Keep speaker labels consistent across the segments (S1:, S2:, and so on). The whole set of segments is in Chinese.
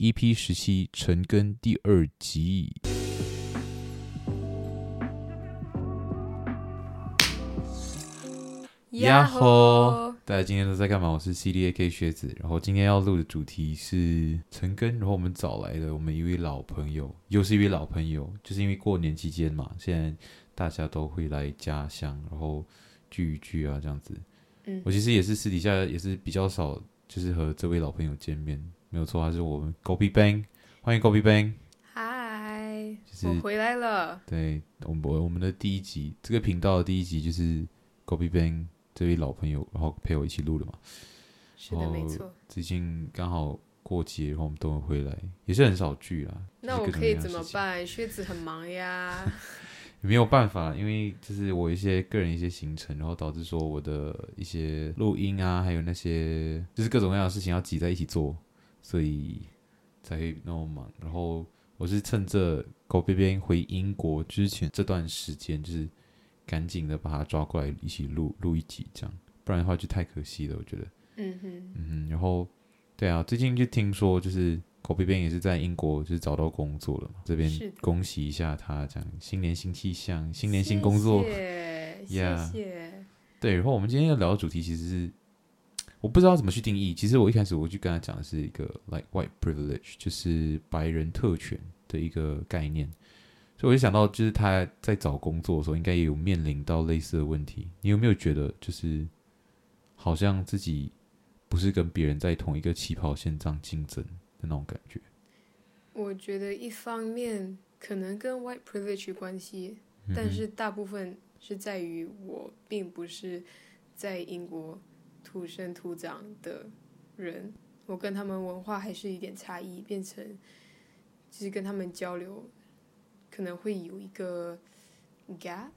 S1: EP ，E 十七陈根第二集。呀吼！大家今天都在干嘛？我是 CDAK 靴子，然后今天要录的主题是陈根，然后我们找来了我们一位老朋友，又是一位老朋友，就是因为过年期间嘛，现在大家都会来家乡，然后聚一聚啊，这样子。
S2: 嗯
S1: 我其实也是私底下也是比较少，就是和这位老朋友见面，没有错，他是我们 Gobi Bang，欢迎 Gobi Bang。
S2: 嗨，
S1: 就是
S2: 我回来了。
S1: 对，我们我们的第一集，这个频道的第一集就是 Gobi Bang 这位老朋友，然后陪我一起录的嘛。
S2: 是的，
S1: 哦
S2: 没错。
S1: 最近刚好过节，然后我们都会回来，也是很少聚啦。
S2: 那
S1: 就是
S2: 我
S1: 各种
S2: 可
S1: 各
S2: 以
S1: 样的
S2: 怎么
S1: 事情？
S2: 办？靴子很忙呀。
S1: 没有办法，因为就是我一些个人一些行程，然后导致说我的一些录音啊，还有那些就是各种各样的事情要挤在一起做，所以才会那么忙。然后我是趁着狗边边回英国之前这段时间，就是赶紧的把它抓过来一起录录一集，这样，不然的话就太可惜了，我觉得。
S2: 嗯哼，
S1: 嗯哼，然后对啊，最近就听说就是狗皮边也是在英国就是找到工作了嘛，这边
S2: 是的
S1: 恭喜一下他，这样新年新气象，新年新工作。
S2: 谢谢，
S1: Yeah
S2: 谢谢。
S1: 对，然后我们今天要聊的主题其实是我不知道怎么去定义。其实我一开始我就跟他讲的是一个 like white privilege，就是白人特权的一个概念。所以我就想到，就是他在找工作的时候，应该也有面临到类似的问题。你有没有觉得，就是好像自己不是跟别人在同一个起跑线上竞争的那种感觉？
S2: 我觉得一方面可能跟 white privilege 有关系，
S1: 嗯
S2: 但是大部分是在于我并不是在英国土生土长的人，我跟他们文化还是有点差异，变成就是跟他们交流可能会有一个 gap。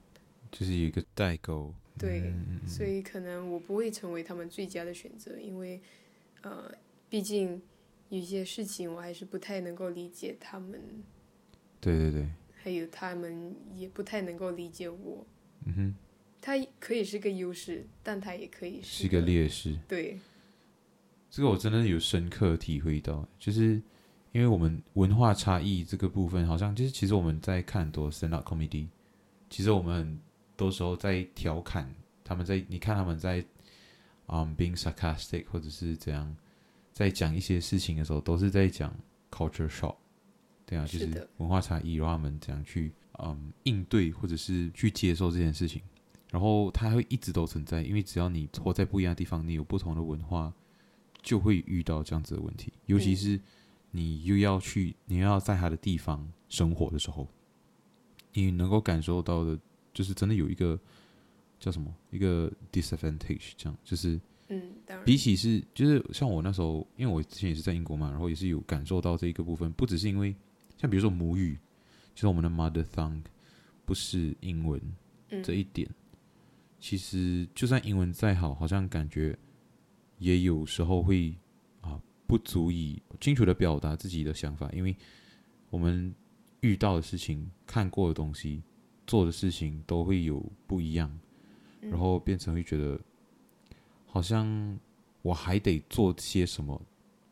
S1: 就是有一个代沟。
S2: 对，
S1: 嗯嗯
S2: 所以可能我不会成为他们最佳的选择，因为，呃，毕竟有些事情我还是不太能够理解他们，
S1: 对对对，
S2: 还有他们也不太能够理解我。
S1: 嗯哼，
S2: 它可以是个优势，但它也可以
S1: 是一个劣势。
S2: 对，
S1: 这个我真的有深刻体会到，就是因为我们文化差异这个部分，好像就是其实我们在看很多 stand up comedy，其实我们很多时候在调侃他们在，你看他们在嗯、being sarcastic 或者是怎样，在讲一些事情的时候，都是在讲 culture shock，对啊，就是是
S2: 的
S1: 文化差异，然后他们怎样去嗯应对或者是去接受这件事情。然后它会一直都存在，因为只要你活在不一样的地方，你有不同的文化，就会遇到这样子的问题。尤其
S2: 嗯
S1: 是你又要去，你又要在他的地方生活的时候，你能够感受到的，就是真的有一个叫什么一个 disadvantage，这样就是
S2: 嗯，当然，
S1: 比起是，就是像我那时候，因为我之前也是在英国嘛，然后也是有感受到这一个部分，不只是因为像比如说母语，就是我们的 mother tongue 不是英文
S2: 嗯
S1: 这一点，其实就算英文再好，好像感觉也有时候会啊不足以清楚的表达自己的想法，因为我们遇到的事情、看过的东西、做的事情都会有不一样，
S2: 嗯
S1: 然后变成会觉得好像我还得做些什么，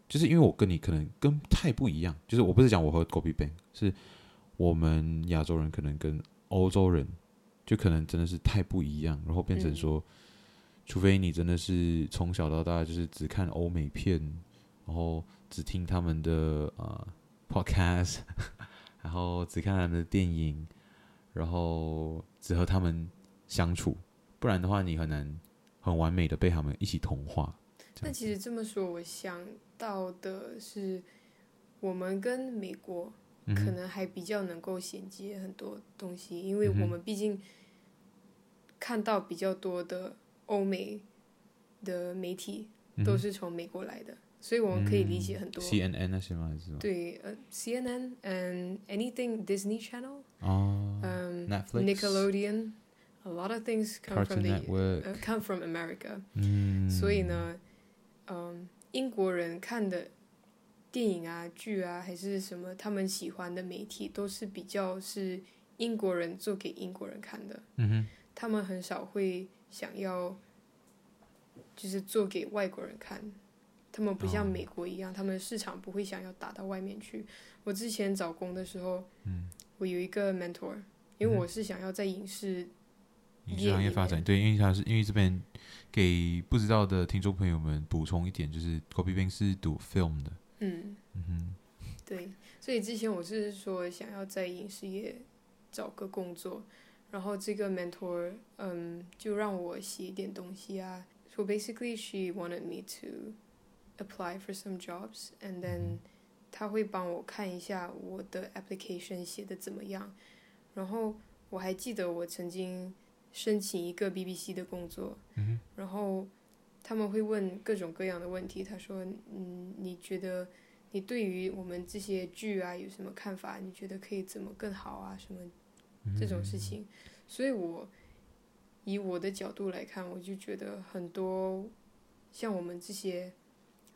S1: 就是因为我跟你可能跟太不一样，就是我不是讲我和 g o b i b a n 是我们亚洲人可能跟欧洲人就可能真的是太不一样，然后变成
S2: 嗯
S1: 说，除非你真的是从小到大就是只看欧美片，然后只听他们的呃 podcast，然 后只看他们的电影，然后只和他们相处，不然的话你很难很完美的被他们一起同化。这
S2: 那
S1: 样
S2: 其实这么说，我想到的是，我们跟美国
S1: 嗯
S2: 可
S1: 哼
S2: 能还比较能够衔接很多东西，因为
S1: 嗯哼
S2: 我们毕竟看到比较多的欧美的媒体
S1: 嗯
S2: 都是从美国来的，所以我们可以理解很多。
S1: CNN 那些吗？还是什么？
S2: 对，呃，CNN and anything Disney Channel,
S1: 哦
S2: um,
S1: Oh, ，Netflix、
S2: Nickelodeon, a lot of things come from
S1: Cartoon
S2: the
S1: Network，Mm.
S2: uh, come from America.
S1: 嗯，
S2: 所以呢，嗯，英国人看的电影啊、剧啊，还是什么他们喜欢的媒体，都是比较是英国人做给英国人看的。
S1: 嗯哼，
S2: 他们很少会想要，就是做给外国人看。他们不像美国一样，他们市场不会想要打到外面去。我之前找工的时候，我有一个 mentor，因为我是想要在影视
S1: 影视行业发展，对，因为它是因为这边给不知道的听众朋友们补充一点，就是 Kobe Bing 是读 film 的，
S2: 嗯，对，所以之前我是说想要在影视业找个工作，然后这个 mentor，嗯，就让我写一点东西啊。So basically, she wanted me to apply for some jobs, and then 她会帮我看一下我的 application 写的怎么样。然后我还记得我曾经申请一个 BBC 的工作，然后他们会问各种各样的问题。他说：“嗯，你觉得你对于我们这些剧啊有什么看法？你觉得可以怎么更好啊？什么这种事情？”所以我以我的角度来看，我就觉得很多像我们这些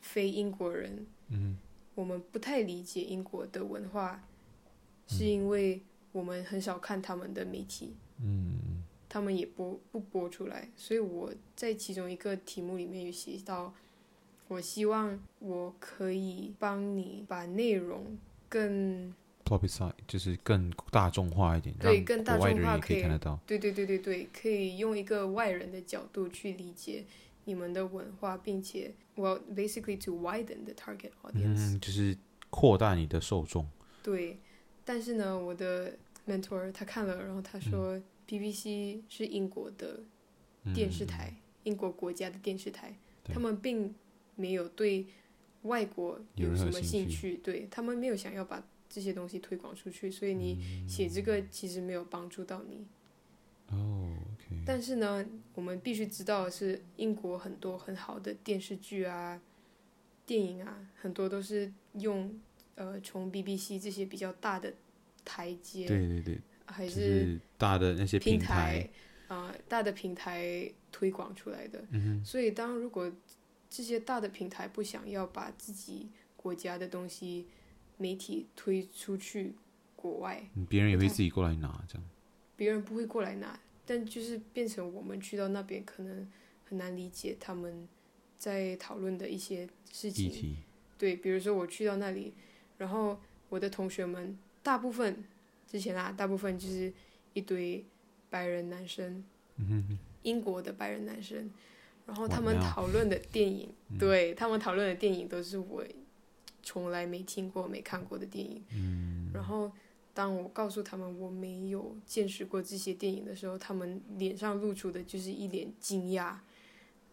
S2: 非英国人，
S1: 嗯，
S2: 我们不太理解英国的文化，是因为我们很少看他们的媒体。
S1: 嗯，
S2: 他们也播不播出来，所以我在其中一个题目里面有写到，我希望我可以帮你把内容更
S1: publicize 就是更大众化一点，
S2: 对
S1: 让
S2: 更大
S1: 国外的
S2: 众
S1: 人
S2: 化
S1: 也可
S2: 可
S1: 以
S2: 以
S1: 看得到。
S2: 对对对对对，可以用一个外人的角度去理解你们的文化，并且 well basically to widen the target audience、
S1: 嗯，就是扩大你的受众。
S2: 对，但是呢，我的 mentor 他看了，然后他说 BBC 是英国的
S1: 嗯
S2: 电视台，英国国家的电视台，
S1: 对
S2: 他们并没有对外国
S1: 有
S2: 有
S1: 任
S2: 什
S1: 何
S2: 么
S1: 兴
S2: 兴趣，对他们没有想要把这些东西推广出去，所以你
S1: 嗯
S2: 写这个其实没有帮助到你。
S1: 哦，OK，
S2: 但是呢，我们必须知道的是，英国很多很好的电视剧啊、电影啊，很多都是用呃从 BBC 这些比较大的台阶，
S1: 对对对，
S2: 还
S1: 就是是大的那些
S2: 平
S1: 台，
S2: 啊、呃大的平台推广出来的。
S1: 嗯
S2: 所以，当如果这些大的平台不想要把自己国家的东西媒体推出去国外，
S1: 嗯别人也会自己过来拿这样。
S2: 别人不会过来拿，但就是变成我们去到那边，可能很难理解他们在讨论的一些事
S1: 议
S2: 情。
S1: 题，
S2: 对，比如说我去到那里，然后我的同学们大部分之前啊，大部分就是一堆白人男生，英国的白人男生，然后他们
S1: 哇，那嗯
S2: 讨论的电影，对他们讨论的电影都是我从来没听过、没看过的电影。
S1: 嗯
S2: 然后当我告诉他们我没有见识过这些电影的时候，他们脸上露出的就是一脸惊讶。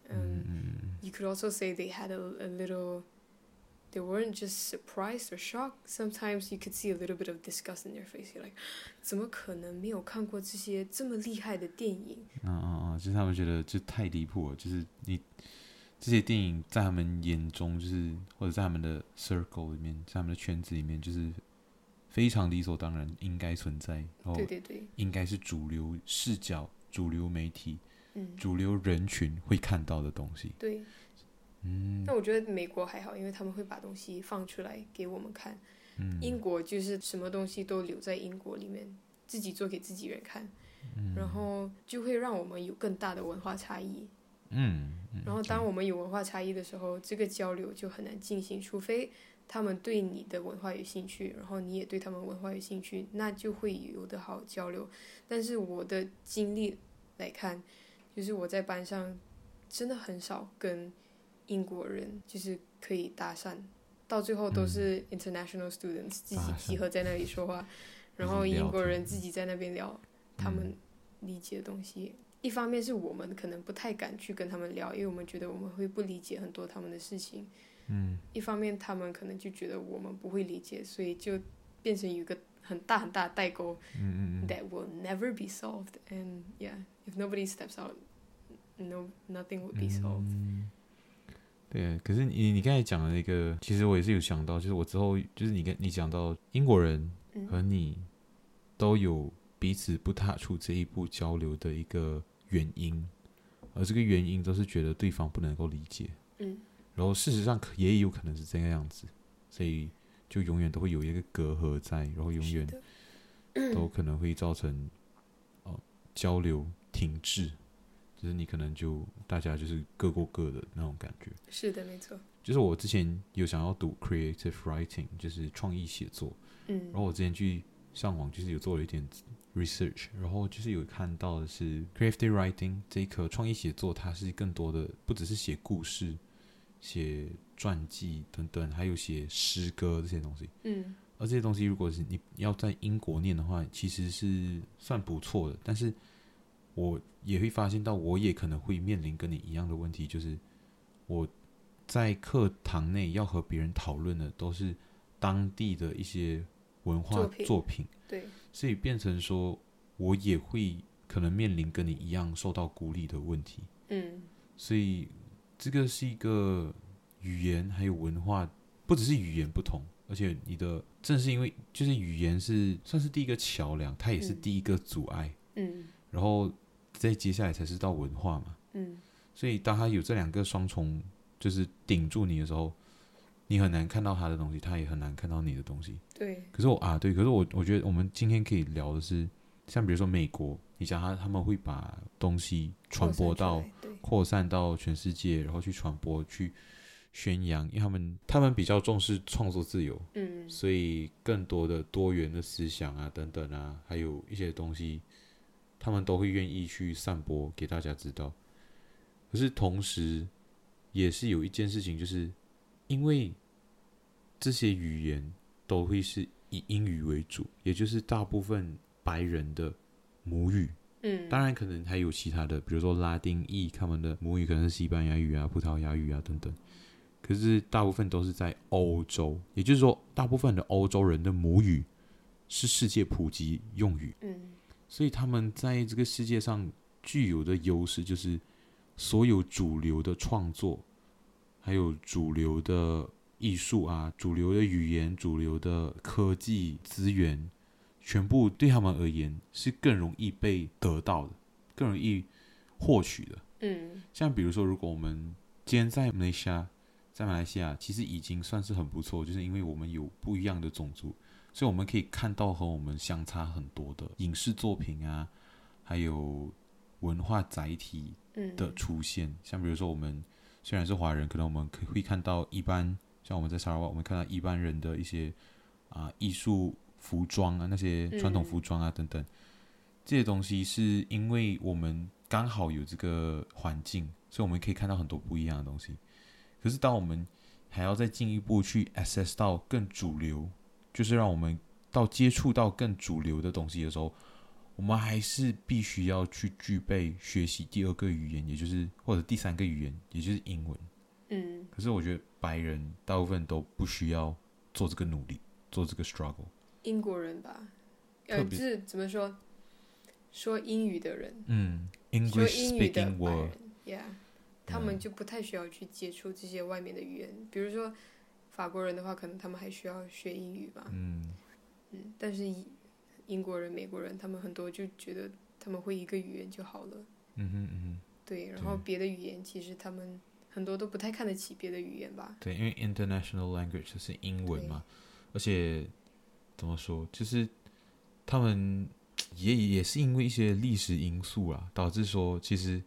S2: 嗯，You could also say they had a, a little. They weren't just surprised or shocked. Sometimes you could see a little bit of disgust in their face. You're like, 怎么可能没有看过这些这么厉害的电影？
S1: 嗯嗯嗯，就是他们觉得这太离谱了，就是你这些电影在他们眼中，就是或者在他们的 circle 里面，在他们的圈子里面，就是非常理所当然应该存在，然后
S2: 对对对，
S1: 应该是主流视角、主流媒体、
S2: 嗯，
S1: 主流人群会看到的东西。
S2: 对。
S1: 嗯，
S2: 那我觉得美国还好，因为他们会把东西放出来给我们看。
S1: 嗯
S2: 英国就是什么东西都留在英国里面，自己做给自己人看，然后就会让我们有更大的文化差异。
S1: 嗯，
S2: 然后当我们有文化差异的时候，这个交流就很难进行，除非他们对你的文化有兴趣，然后你也对他们文化有兴趣，那就会有的好交流。但是我的经历来看，就是我在班上真的很少跟英国人就是可以搭讪，到最后都是 international students 自己
S1: 嗯搭讪
S2: 集合在那里说话，然
S1: 自
S2: 后
S1: 己聊
S2: 英国
S1: 天
S2: 人自己在那边聊他
S1: 嗯
S2: 们理解的东西。一方面是我们可能不太敢去跟他们聊，因为我们觉得我们会不理解很多他们的事情。嗯，一方面他们可能就觉得我们不会理解，所以就变成有一个很大很大的代沟。嗯嗯 That will never be solved, and
S1: Mm.
S2: yeah, if nobody steps out, no, nothing would be solved.
S1: 嗯对，可是你你刚才讲的那个，其实我也是有想到，就是我之后就是你跟你讲到英国人
S2: 嗯
S1: 和你都有彼此不踏出这一步交流的一个原因，而这个原因都是觉得对方不能够理解，
S2: 嗯，
S1: 然后事实上可也有可能是这个样子，所以就永远都会有一个隔阂在，然后永
S2: 是
S1: 远
S2: 的，
S1: 都可能会造成呃交流停滞，就是你可能就大家就是各过各的那种感觉。
S2: 是的，没错，
S1: 就是我之前有想要读 creative writing，就是创意写作，
S2: 嗯
S1: 然后我之前去上网就是有做了一点 research，然后就是有看到的是 creative writing 这一科创意写作，它是更多的不只是写故事、写传记等等，还有写诗歌这些东西。
S2: 嗯
S1: 而这些东西，如果是你要在英国念的话，其实是算不错的。但是，我也会发现到，我也可能会面临跟你一样的问题，就是我在课堂内要和别人讨论的都是当地的一些文化
S2: 作品
S1: 作品
S2: 对，
S1: 所以变成说，我也会可能面临跟你一样受到孤立的问题。
S2: 嗯
S1: 所以这个是一个语言还有文化，不只是语言不同，而且你的正是因为就是语言是算是第一个桥梁，它也是
S2: 嗯
S1: 第一个阻碍，
S2: 嗯
S1: 然后再接下来才是到文化嘛。
S2: 嗯
S1: 所以当它有这两个双重就是顶住你的时候，你很难看到它的东西，它也很难看到你的东西。
S2: 对，
S1: 可是我啊，对，可是我我觉得我们今天可以聊的是，像比如说美国，你想他他们会把东西传播
S2: 扩散出
S1: 到
S2: 来对，
S1: 扩散到全世界，然后去传播、去宣扬，因为他们他们比较重视创作自由，
S2: 嗯
S1: 所以更多的多元的思想啊、等等啊，还有一些东西，他们都会愿意去散播给大家知道。可是同时，也是有一件事情，就是因为这些语言都会是以英语为主，也就是大部分白人的母语。
S2: 嗯，
S1: 当然，可能还有其他的，比如说拉丁裔，他们的母语可能是西班牙语啊、葡萄牙语啊等等。可是大部分都是在欧洲，也就是说，大部分的欧洲人的母语是世界普及用语，
S2: 嗯
S1: 所以他们在这个世界上具有的优势就是，所有主流的创作，还有主流的艺术啊、主流的语言、主流的科技资源，全部对他们而言是更容易被得到的，更容易获取的。
S2: 嗯
S1: 像比如说，如果我们今天在马来西亚，在马来西亚其实已经算是很不错，就是因为我们有不一样的种族，所以我们可以看到和我们相差很多的影视作品啊，还有文化载体
S2: 嗯
S1: 的出现。像比如说，我们虽然是华人，可能我们可会看到一般，像我们在沙拉瓦，我们看到一般人的一些啊、艺术服装啊，那些传统
S2: 嗯
S1: 服装啊等等，这些东西是因为我们刚好有这个环境，所以我们可以看到很多不一样的东西。可是当我们还要再进一步去 access 到更主流，就是让我们到接触到更主流的东西的时候，我们还是必须要去具备学习第二个语言，也就是或者第三个语言，也就是英文。
S2: 嗯
S1: 可是我觉得白人大部分都不需要做这个努力，做这个 struggle。
S2: 英国人吧，
S1: 特
S2: 呃，
S1: 别
S2: 就是怎么说，说英语的人，
S1: 嗯
S2: 说
S1: ，English
S2: 英语的
S1: speaking
S2: 白
S1: world，
S2: 人，yeah，他们就不太需要去接触这些外面的语言，比如说法国人的话，可能他们还需要学英语吧，
S1: 嗯，
S2: 嗯，但是英英国人、美国人，他们很多就觉得他们会一个语言就好了，
S1: 嗯哼嗯哼，
S2: 对，然后别的语言其实他们很多都不太看得起别的语言吧，
S1: 对，因为 international language 就是英文
S2: 对
S1: 嘛，而且怎么说，就是他们也也是因为一些历史因素啊，导致说其实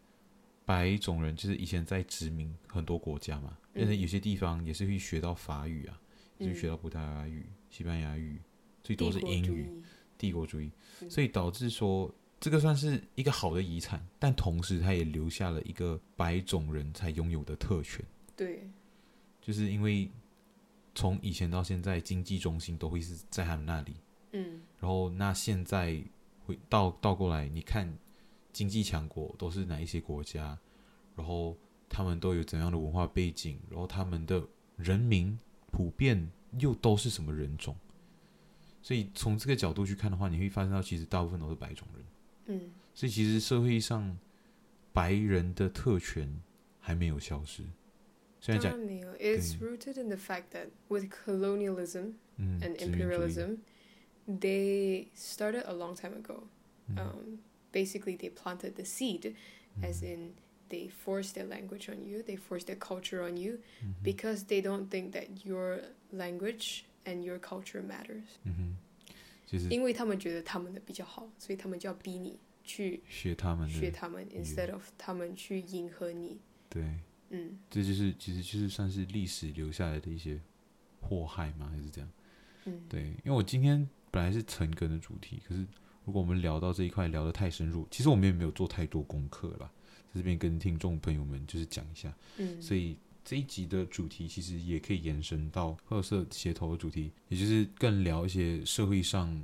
S1: 白种人就是以前在殖民很多国家嘛，变成
S2: 嗯
S1: 有些地方也是会学到法语啊，也是学
S2: 嗯
S1: 到葡萄牙语、西班牙语，最
S2: 帝
S1: 多是
S2: 国
S1: 英
S2: 主
S1: 语。
S2: 义，
S1: 帝国主义，
S2: 嗯
S1: 所以导致说这个算是一个好的遗产，但同时它也留下了一个白种人才拥有的特权，
S2: 对，
S1: 就是因为从以前到现在，经济中心都会是在他们那里，
S2: 嗯
S1: 然后那现在会倒倒过来，你看经济强国都是哪一些国家，然后他们都有怎样的文化背景，然后他们的人民普遍又都是什么人种，所以从这个角度去看的话，你会发现到其实大部分都是白种人，
S2: 嗯
S1: 所以其实社会上白人的特权还没有消失，虽然讲，
S2: It's rooted in the fact that with colonialism
S1: 嗯，
S2: and
S1: 殖民主义
S2: imperialism, they started a long time ago.
S1: Mm-hmm.
S2: Um, basically, they planted the seed, as in they forced their language on you, they forced their culture on you,
S1: Mm-hmm.
S2: because they don't think that your language and your culture matters.
S1: 嗯哼，就是
S2: 因为他们觉得他们的比较好，所以他们就要逼你去学他们
S1: 学他们的，
S2: instead of 他们去迎合你。嗯，
S1: 对，这就是其实就是算是历史留下来的一些祸害吗？还是这样？
S2: 嗯，
S1: 对，因为我今天本来是陈梗的主题，可是如果我们聊到这一块聊得太深入，其实我们也没有做太多功课啦，在这边跟听众朋友们就是讲一下，
S2: 嗯，
S1: 所以这一集的主题其实也可以延伸到褐色鞋头的主题，也就是更聊一些社会上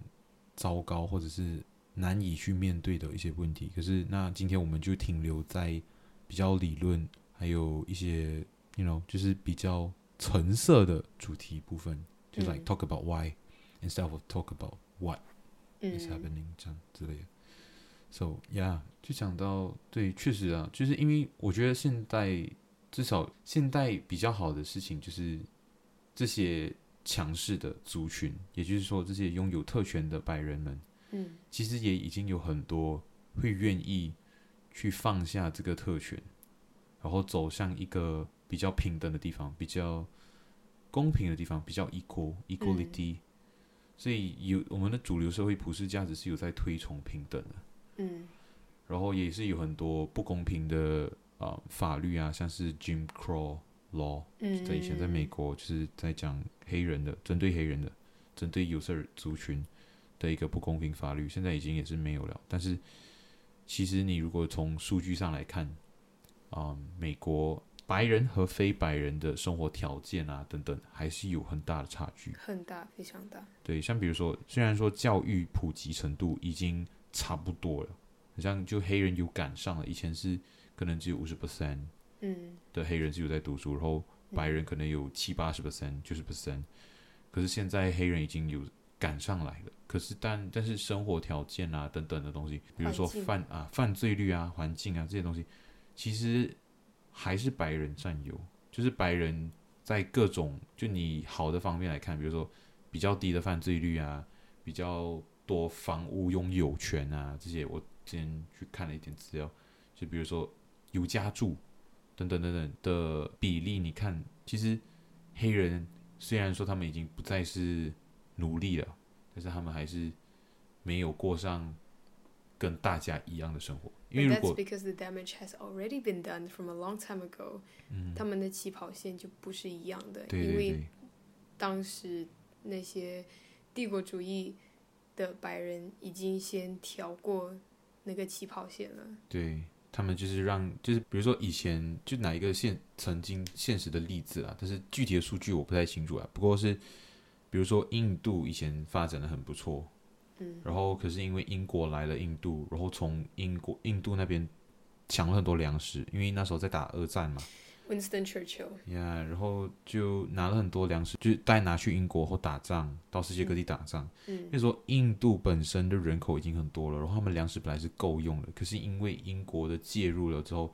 S1: 糟糕或者是难以去面对的一些问题。可是那今天我们就停留在比较理论，还有一
S2: 嗯
S1: 些 you know 就是比较橙色的主题部分，就 like
S2: 嗯
S1: talk about why instead of talk about what。is
S2: 嗯
S1: happening 这样之类的。So yeah，就讲到对，确实啊，就是因为我觉得现代至少现代比较好的事情就是这些强势的族群，也就是说这些拥有特权的白人们，
S2: 嗯
S1: 其实也已经有很多会愿意去放下这个特权，然后走向一个比较平等的地方，比较公平的地方，比较 equal equality。所以有我们的主流社会普世价值是有在推崇平等的，
S2: 嗯
S1: 然后也是有很多不公平的啊、呃法律啊，像是 Jim Crow law，
S2: 嗯，
S1: 在以前在美国就是在讲黑人的，针对黑人的，针对有色族群的一个不公平法律，现在已经也是没有了。但是其实你如果从数据上来看，啊、美国白人和非白人的生活条件啊等等，还是有很大的差距。
S2: 很大，非常大。
S1: 对，像比如说，虽然说教育普及程度已经差不多了，好像就黑人有赶上了，以前是可能只有五十 percent
S2: 嗯
S1: 的黑人是有在读书，然后白人可能有七八十 percent、九十 percent，可是现在黑人已经有赶上来了。可是但但是生活条件啊等等的东西，比如说
S2: 环境
S1: 犯啊犯罪率啊、环境啊这些东西，其实还是白人占优，就是白人在各种就你好的方面来看，比如说比较低的犯罪率啊，比较多房屋拥有权啊这些，我今天去看了一点资料，就比如说有家住等等等等的比例，你看，其实黑人虽然说他们已经不再是奴隶了，但是他们还是没有过上跟大家一样的生活，因为
S2: But
S1: 如果
S2: that's because the damage has already been done from a long time ago。嗯，他们的起跑线就不是一样的，
S1: 对
S2: 因
S1: 对
S2: 为
S1: 对，
S2: 当时那些帝国主义的白人已经先调过那个起跑线了。
S1: 对他们就是让，就是比如说以前就哪一个现曾经现实的例子啊，但是具体的数据我不太清楚啊。不过是比如说印度以前发展的很不错，
S2: 嗯
S1: 然后可是因为英国来了印度，然后从英国印度那边抢了很多粮食，因为那时候在打二战嘛，
S2: ，Winston Churchill。
S1: 呀、然后就拿了很多粮食，就带拿去英国后打仗，到世界各地打仗。
S2: 嗯
S1: 那时候印度本身的人口已经很多了，然后他们粮食本来是够用的，可是因为英国的介入了之后，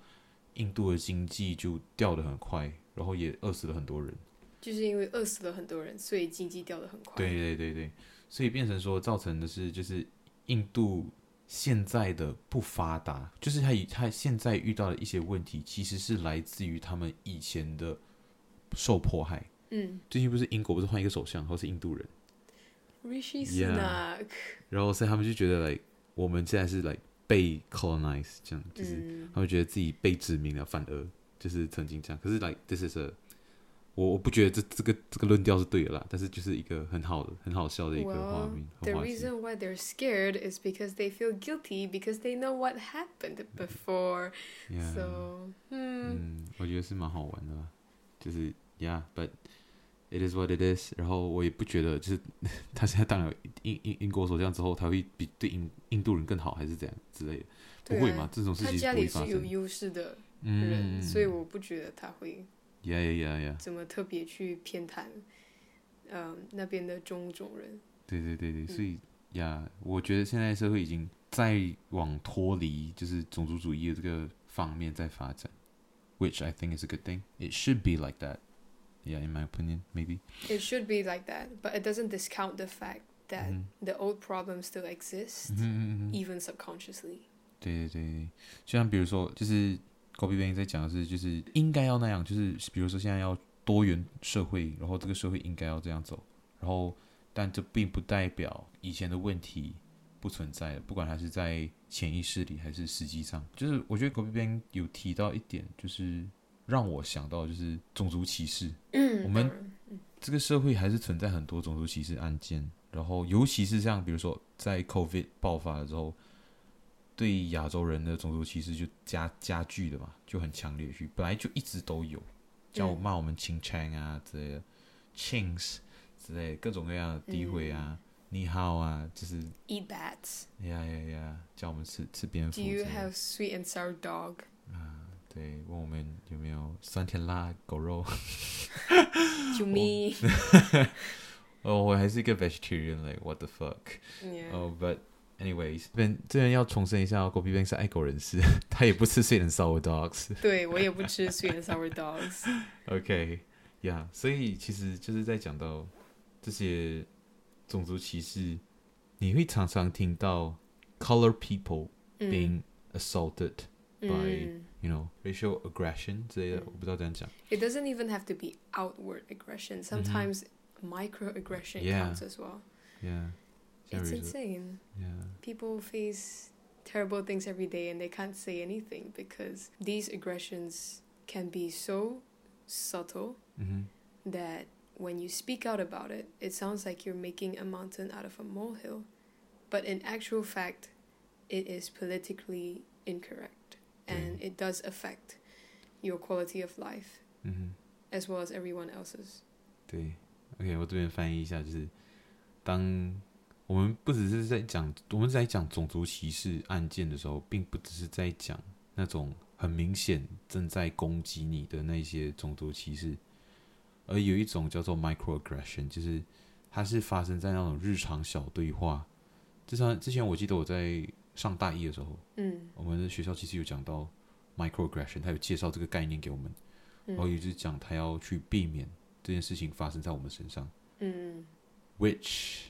S1: 印度的经济就掉得很快，然后也饿死了很多人。
S2: 就是因为饿死了很多人，所以经济掉得很快。
S1: 对对对对，所以变成说造成的是就是印度现在的不发达，就是他以他现在遇到的一些问题，其实是来自于他们以前的受迫害。
S2: 嗯
S1: 最近不是英国不是换一个首相，然后是印度人，
S2: ，Rishi
S1: Yeah
S2: Sunak，
S1: 然后所以他们就觉得来我们现在是来被 colonize 这样，就是。
S2: 嗯
S1: 他们觉得自己被殖民了，反而就是曾经这样。可是，like this is a，我我不觉得这这个这个论调是对的啦，但是就是一个很好的、很好笑的一个画面
S2: Well,
S1: 和
S2: the
S1: 画面。
S2: reason why they're scared is because they feel guilty because they know what happened before.
S1: Mm. Yeah, Mm.
S2: So, hmm.
S1: 嗯，我觉得是蛮好玩的啦，就是 yeah，but it is what it is。然后我也不觉得，就是 他现在当了英英英国首相之后，他会比对印印度人更好，还是怎样之类的？不
S2: 对啊
S1: 会嘛？这种事
S2: 他
S1: 情
S2: 家
S1: 不
S2: 里
S1: 会发
S2: 是有
S1: 生。
S2: 优势的
S1: 嗯
S2: 人，所以我不觉得他会
S1: yeah yeah yeah yeah。
S2: 怎么特别去偏袒，嗯、那边的种种人。
S1: 对对对对，
S2: 嗯
S1: 所以呀我觉得现在社会已经在往脱离就是种族主义的这个方面在发展。 which I think is a good thing. It should be like that. Yeah, in my opinion, maybe.
S2: It should be like that, but it doesn't discount the fact that
S1: Mhm.
S2: the old problem still exists,
S1: 嗯嗯嗯嗯
S2: even subconsciously.
S1: 对对对对，就像比如说，就是高比贝在讲的是，就是应该要那样，就是比如说现在要多元社会，然后这个社会应该要这样走，然后但这并不代表以前的问题不存在了，不管它是在潜意识里还是实际上，就是我觉得高比贝有提到一点，就是让我想到就是种族歧视，
S2: 嗯，
S1: 我们
S2: 当然
S1: 这个社会还是存在很多种族歧视案件，然后尤其是像比如说在 COVID 爆发了之后，对亚洲人的种族歧视就加加剧的嘛，就很强烈去，本来就一直都有，叫
S2: 嗯
S1: 骂我们清 c 啊之类的，chins 之类的各种各样的诋毁啊，你好啊，就是哎
S2: eat bats.
S1: 呀呀呀，叫我们吃吃蝙蝠
S2: Do
S1: 之类
S2: you
S1: 的，
S2: have sweet and sour dog?
S1: 对，问我们有没有酸甜辣狗肉。
S2: To me,
S1: 哦，我还是一个 vegetarian，like what the fuck。
S2: yeah.
S1: 哦、b u t anyways，这边这边要重申一下哦，狗屁边是爱狗人士， 他也不吃 sweet and sour dogs。
S2: 对我也不吃 sweet and sour dogs。
S1: OK，yeah，、所以其实就是在讲到这些种族歧视，你会常常听到 color people
S2: 嗯
S1: being assaulted，you、by-
S2: 嗯
S1: know，racial aggression 之类的，
S2: 嗯
S1: 我不知道怎样讲。
S2: It doesn't even have to be outward aggression. Sometimes microaggression
S1: Mm-hmm. Yeah.
S2: counts as well.
S1: Yeah，像
S2: It's
S1: 比如说
S2: insane.
S1: yeah。
S2: People face terrible things every day and they can't say anything because these aggressions can be so subtle
S1: 嗯
S2: that when you speak out about it, it sounds like you're making a mountain out of a molehill. But in actual fact, it is politically incorrect
S1: Mm.
S2: and it does affect your quality of life
S1: 哼，嗯哼。
S2: as well as everyone else's.
S1: 对，OK，我这边翻译一下，就是当我们不只是在讲，我们在讲种族歧视案件的时候，并不只是在讲那种很明显正在攻击你的那些种族歧视，而有一种叫做 microaggression，就是它是发生在那种日常小对话。之前之前我记得我在上大一的时候，
S2: Mm,
S1: 我们的学校其实有讲到 microaggression，它有介绍这个概念给我们。哦
S2: 嗯
S1: 然后也就是讲他要去避免这件事情发生在我们身上
S2: mm,
S1: ，which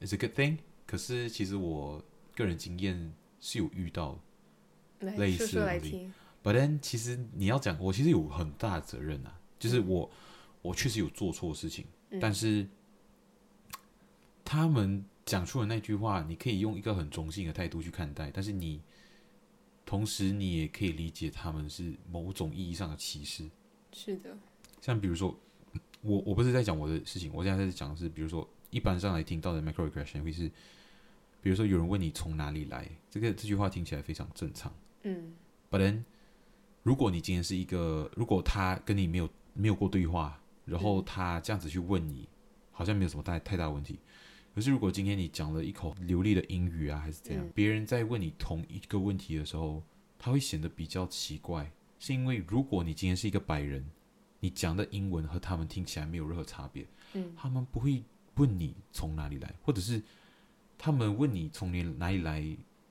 S1: is a good thing。可是其实我个人经验是有遇到
S2: 来，
S1: 类
S2: 说
S1: 似
S2: 说
S1: 的
S2: 来
S1: 努力
S2: 听。
S1: ，but then 其实你要讲，我其实有很大的责任啊，就是
S2: 嗯
S1: 我、我确实有做错事情，
S2: 嗯
S1: 但是他们讲出的那句话，你可以用一个很中性的态度去看待，但是你同时你也可以理解他们是某种意义上的歧视。
S2: 是的，
S1: 像比如说，我我不是在讲我的事情，我现在在讲的是，比如说一般上来听到的 microaggression 会是，比如说有人问你从哪里来，这个这句话听起来非常正常。
S2: 嗯
S1: But then，如果你今天是一个，如果他跟你没有没有过对话，然后
S2: 嗯
S1: 他这样子去问你，好像没有什么太太大问题。可是如果今天你讲了一口流利的英语啊，还是怎样，
S2: 嗯
S1: 别人在问你同一个问题的时候，他会显得比较奇怪，是因为如果你今天是一个白人，你讲的英文和他们听起来没有任何差别，
S2: 嗯
S1: 他们不会问你从哪里来，或者是他们问你从你哪里来，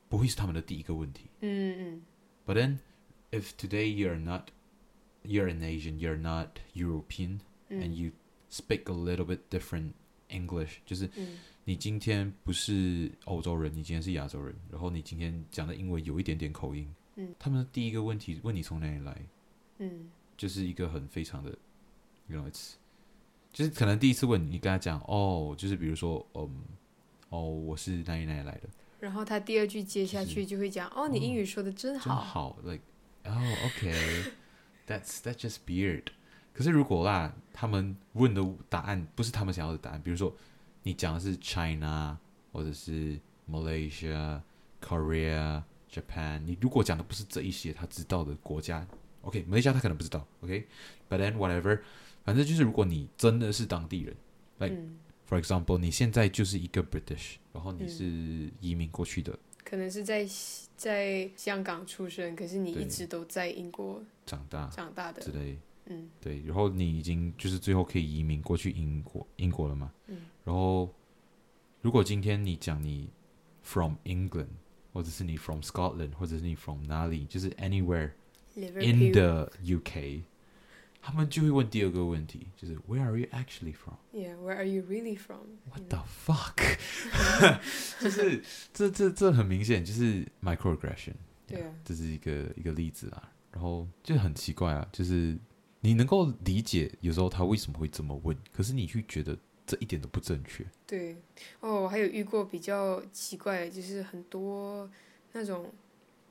S1: 不会是他们的第一个问题。
S2: mm, 嗯
S1: But then, if today you're not, you're an Asian, you're not European,
S2: 嗯
S1: and
S2: 嗯
S1: you speak a little bit different English，就是
S2: 嗯
S1: 你今天不是欧洲人，你今天是亚洲人，然后你今天讲的英文有一点点口音，
S2: 嗯，
S1: 他们的第一个问题问你从哪里来，
S2: 嗯
S1: 就是一个很非常的，you know it's，就是可能第一次问你，你跟他讲哦，就是比如说，嗯，哦，我是哪里哪里来的，
S2: 然后他第二句接下去就会讲：“哦，你英语说的真
S1: 真
S2: 好。
S1: 好，like oh okay，that's that's just weird。可是如果啦，他们问的答案不是他们想要的答案，比如说你讲的是 China 或者是 Malaysia、Korea、Japan，你如果讲的不是这一些他知道的国家，OK，马来西亚他可能不知道，OK，but、then whatever，反正就是如果你真的是当地人。like-
S2: 嗯，
S1: For example，你现在就是一个 British，然后你
S2: 嗯
S1: 是移民过去的，
S2: 可能是在在香港出生，可是你
S1: 对
S2: 一直都在英国
S1: 长大
S2: 长大
S1: 之
S2: 的。
S1: 类，
S2: 嗯
S1: 对，然后你已经就是最后可以移民过去英国英国了嘛？
S2: 嗯
S1: 然后如果今天你讲你 from England，或者是你 from Scotland，或者是你 from 哪里，就是 anywhere， in
S2: Liverpool.
S1: the UK，他们就会问第二个问题，就是 Where are you actually from？
S2: Yeah, where are you really from? 嗯
S1: What
S2: You
S1: the
S2: know?
S1: fuck？就是 这这这很明显就是 microaggression，
S2: 对啊
S1: 这是一个一个例子啦。然后就很奇怪啊，就是你能够理解有时候他为什么会这么问，可是你却觉得这一点都不正确。
S2: 对，哦，我还有遇过比较奇怪的，就是很多那种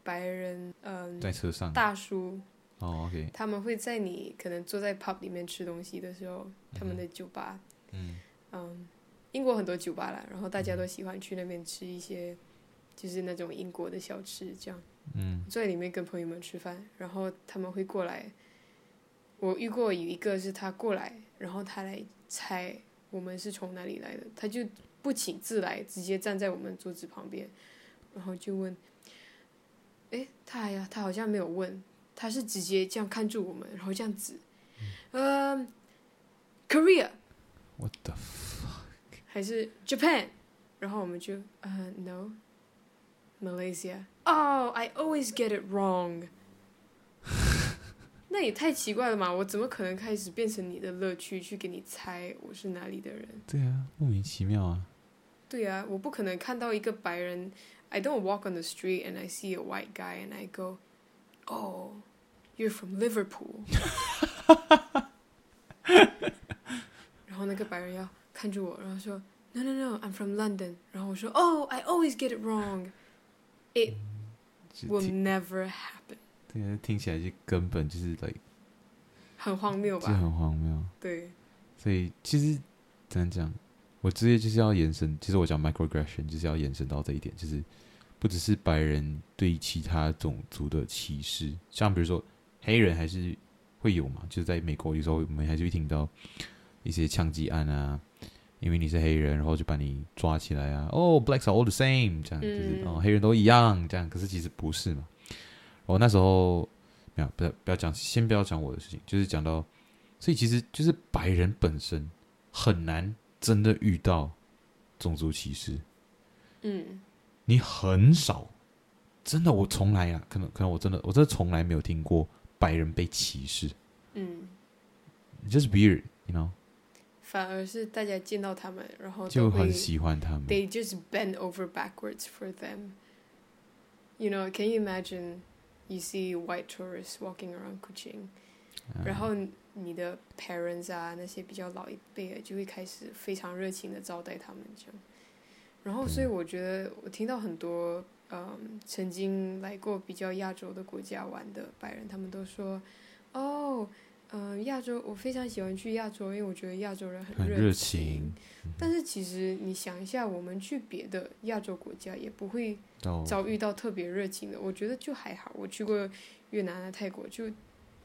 S2: 白人，嗯，
S1: 在车上，
S2: 大叔，
S1: 哦，OK，
S2: 他们会在你可能坐在 pub 里面吃东西的时候，他们的酒吧，
S1: 嗯
S2: 嗯，英国很多酒吧啦，然后大家都喜欢去那边吃一些，就是那种英国的小吃，这样
S1: 嗯
S2: 坐在里面跟朋友们吃饭，然后他们会过来。我遇过有一个是他过来，然后他来猜我们是从哪里来的，他就不请自来，直接站在我们桌子旁边，然后就问，诶，他呀，他好像没有问，他是直接这样看住我们，然后这样子，嗯、k o r e a
S1: ，What the fuck？
S2: 还是 Japan，然后我们就呃、no，Malaysia。Oh, I always get it wrong 。那也太奇怪了嘛！我怎么可能开始变成你的乐趣，去给你猜我是哪里的人？
S1: 对啊，莫名其妙啊。
S2: 对啊，我不可能看到一个白人。I don't walk on the street and I see a white guy and I go, "Oh, you're from Liverpool." 然后那个白人要看着我，然后说，No, no, no, I'm from London。然后我说，Oh, I always get it wrong. It
S1: 就
S2: will
S1: 听
S2: never happen.
S1: 对啊，听起来就根本就是 like
S2: 很荒谬
S1: 这
S2: 吧？
S1: 很荒谬。
S2: 对，
S1: 所以其实怎样讲，我直接就是要延伸，其实我讲 microaggression 就是要延伸到这一点，就是不只是白人对其他种族的歧视，像比如说黑人还是会有嘛，就是在美国有时候我们还是会听到一些枪击案啊。因为你是黑人，然后就把你抓起来啊！哦、b l a c k s are all the same，这样、就是
S2: 嗯
S1: 哦，黑人都一样这样。可是其实不是嘛。我那时候没有，不要不要讲，先不要讲我的事情，就是讲到所以其实就是白人本身很难真的遇到种族歧视，
S2: 嗯，
S1: 你很少，真的我从来啊，可能可能我真的我真的从来没有听过白人被歧视
S2: 嗯，
S1: ，It's，just weird，you know，
S2: 反而是大家见到他们，然后都
S1: 就
S2: 会
S1: 很喜欢他们。
S2: they just bend over backwards for them. You know, can you imagine? You see white tourists walking around Kuching，、
S1: 嗯
S2: 然后你的 parents 啊，那些比较老一辈的就会开始非常热情的招待他们这样。然后，所以我觉得我听到很多嗯曾经来过比较亚洲的国家玩的白人，他们都说，哦，嗯、亚洲我非常喜欢去亚洲，因为我觉得亚洲人
S1: 很
S2: 很
S1: 热
S2: 热
S1: 情，
S2: 但是其实你想一下，我们去别的亚洲国家也不会
S1: 到
S2: 遭遇到特别热情的，我觉得就还好。我去过越南啊、泰国，就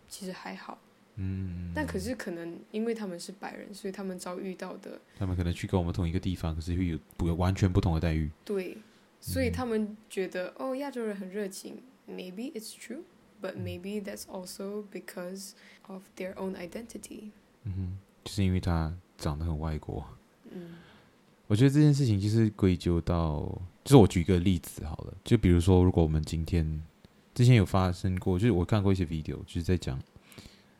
S2: 其实还好。
S1: 嗯，
S2: 但可是可能因为他们是白人，所以他们遭遇到的
S1: 他们可能去跟我们同一个地方，可是会有不完全不同的待遇。
S2: 对，所以他们觉得哦，亚洲人很热情。Maybe it's true, but maybe that's also because of their own identity.
S1: 嗯哼，就是因为他长得很外国。
S2: 嗯
S1: 我觉得这件事情就是归咎到，就是我举一个例子好了，就比如说，如果我们今天之前有发生过，就是我看过一些 video，就是在讲，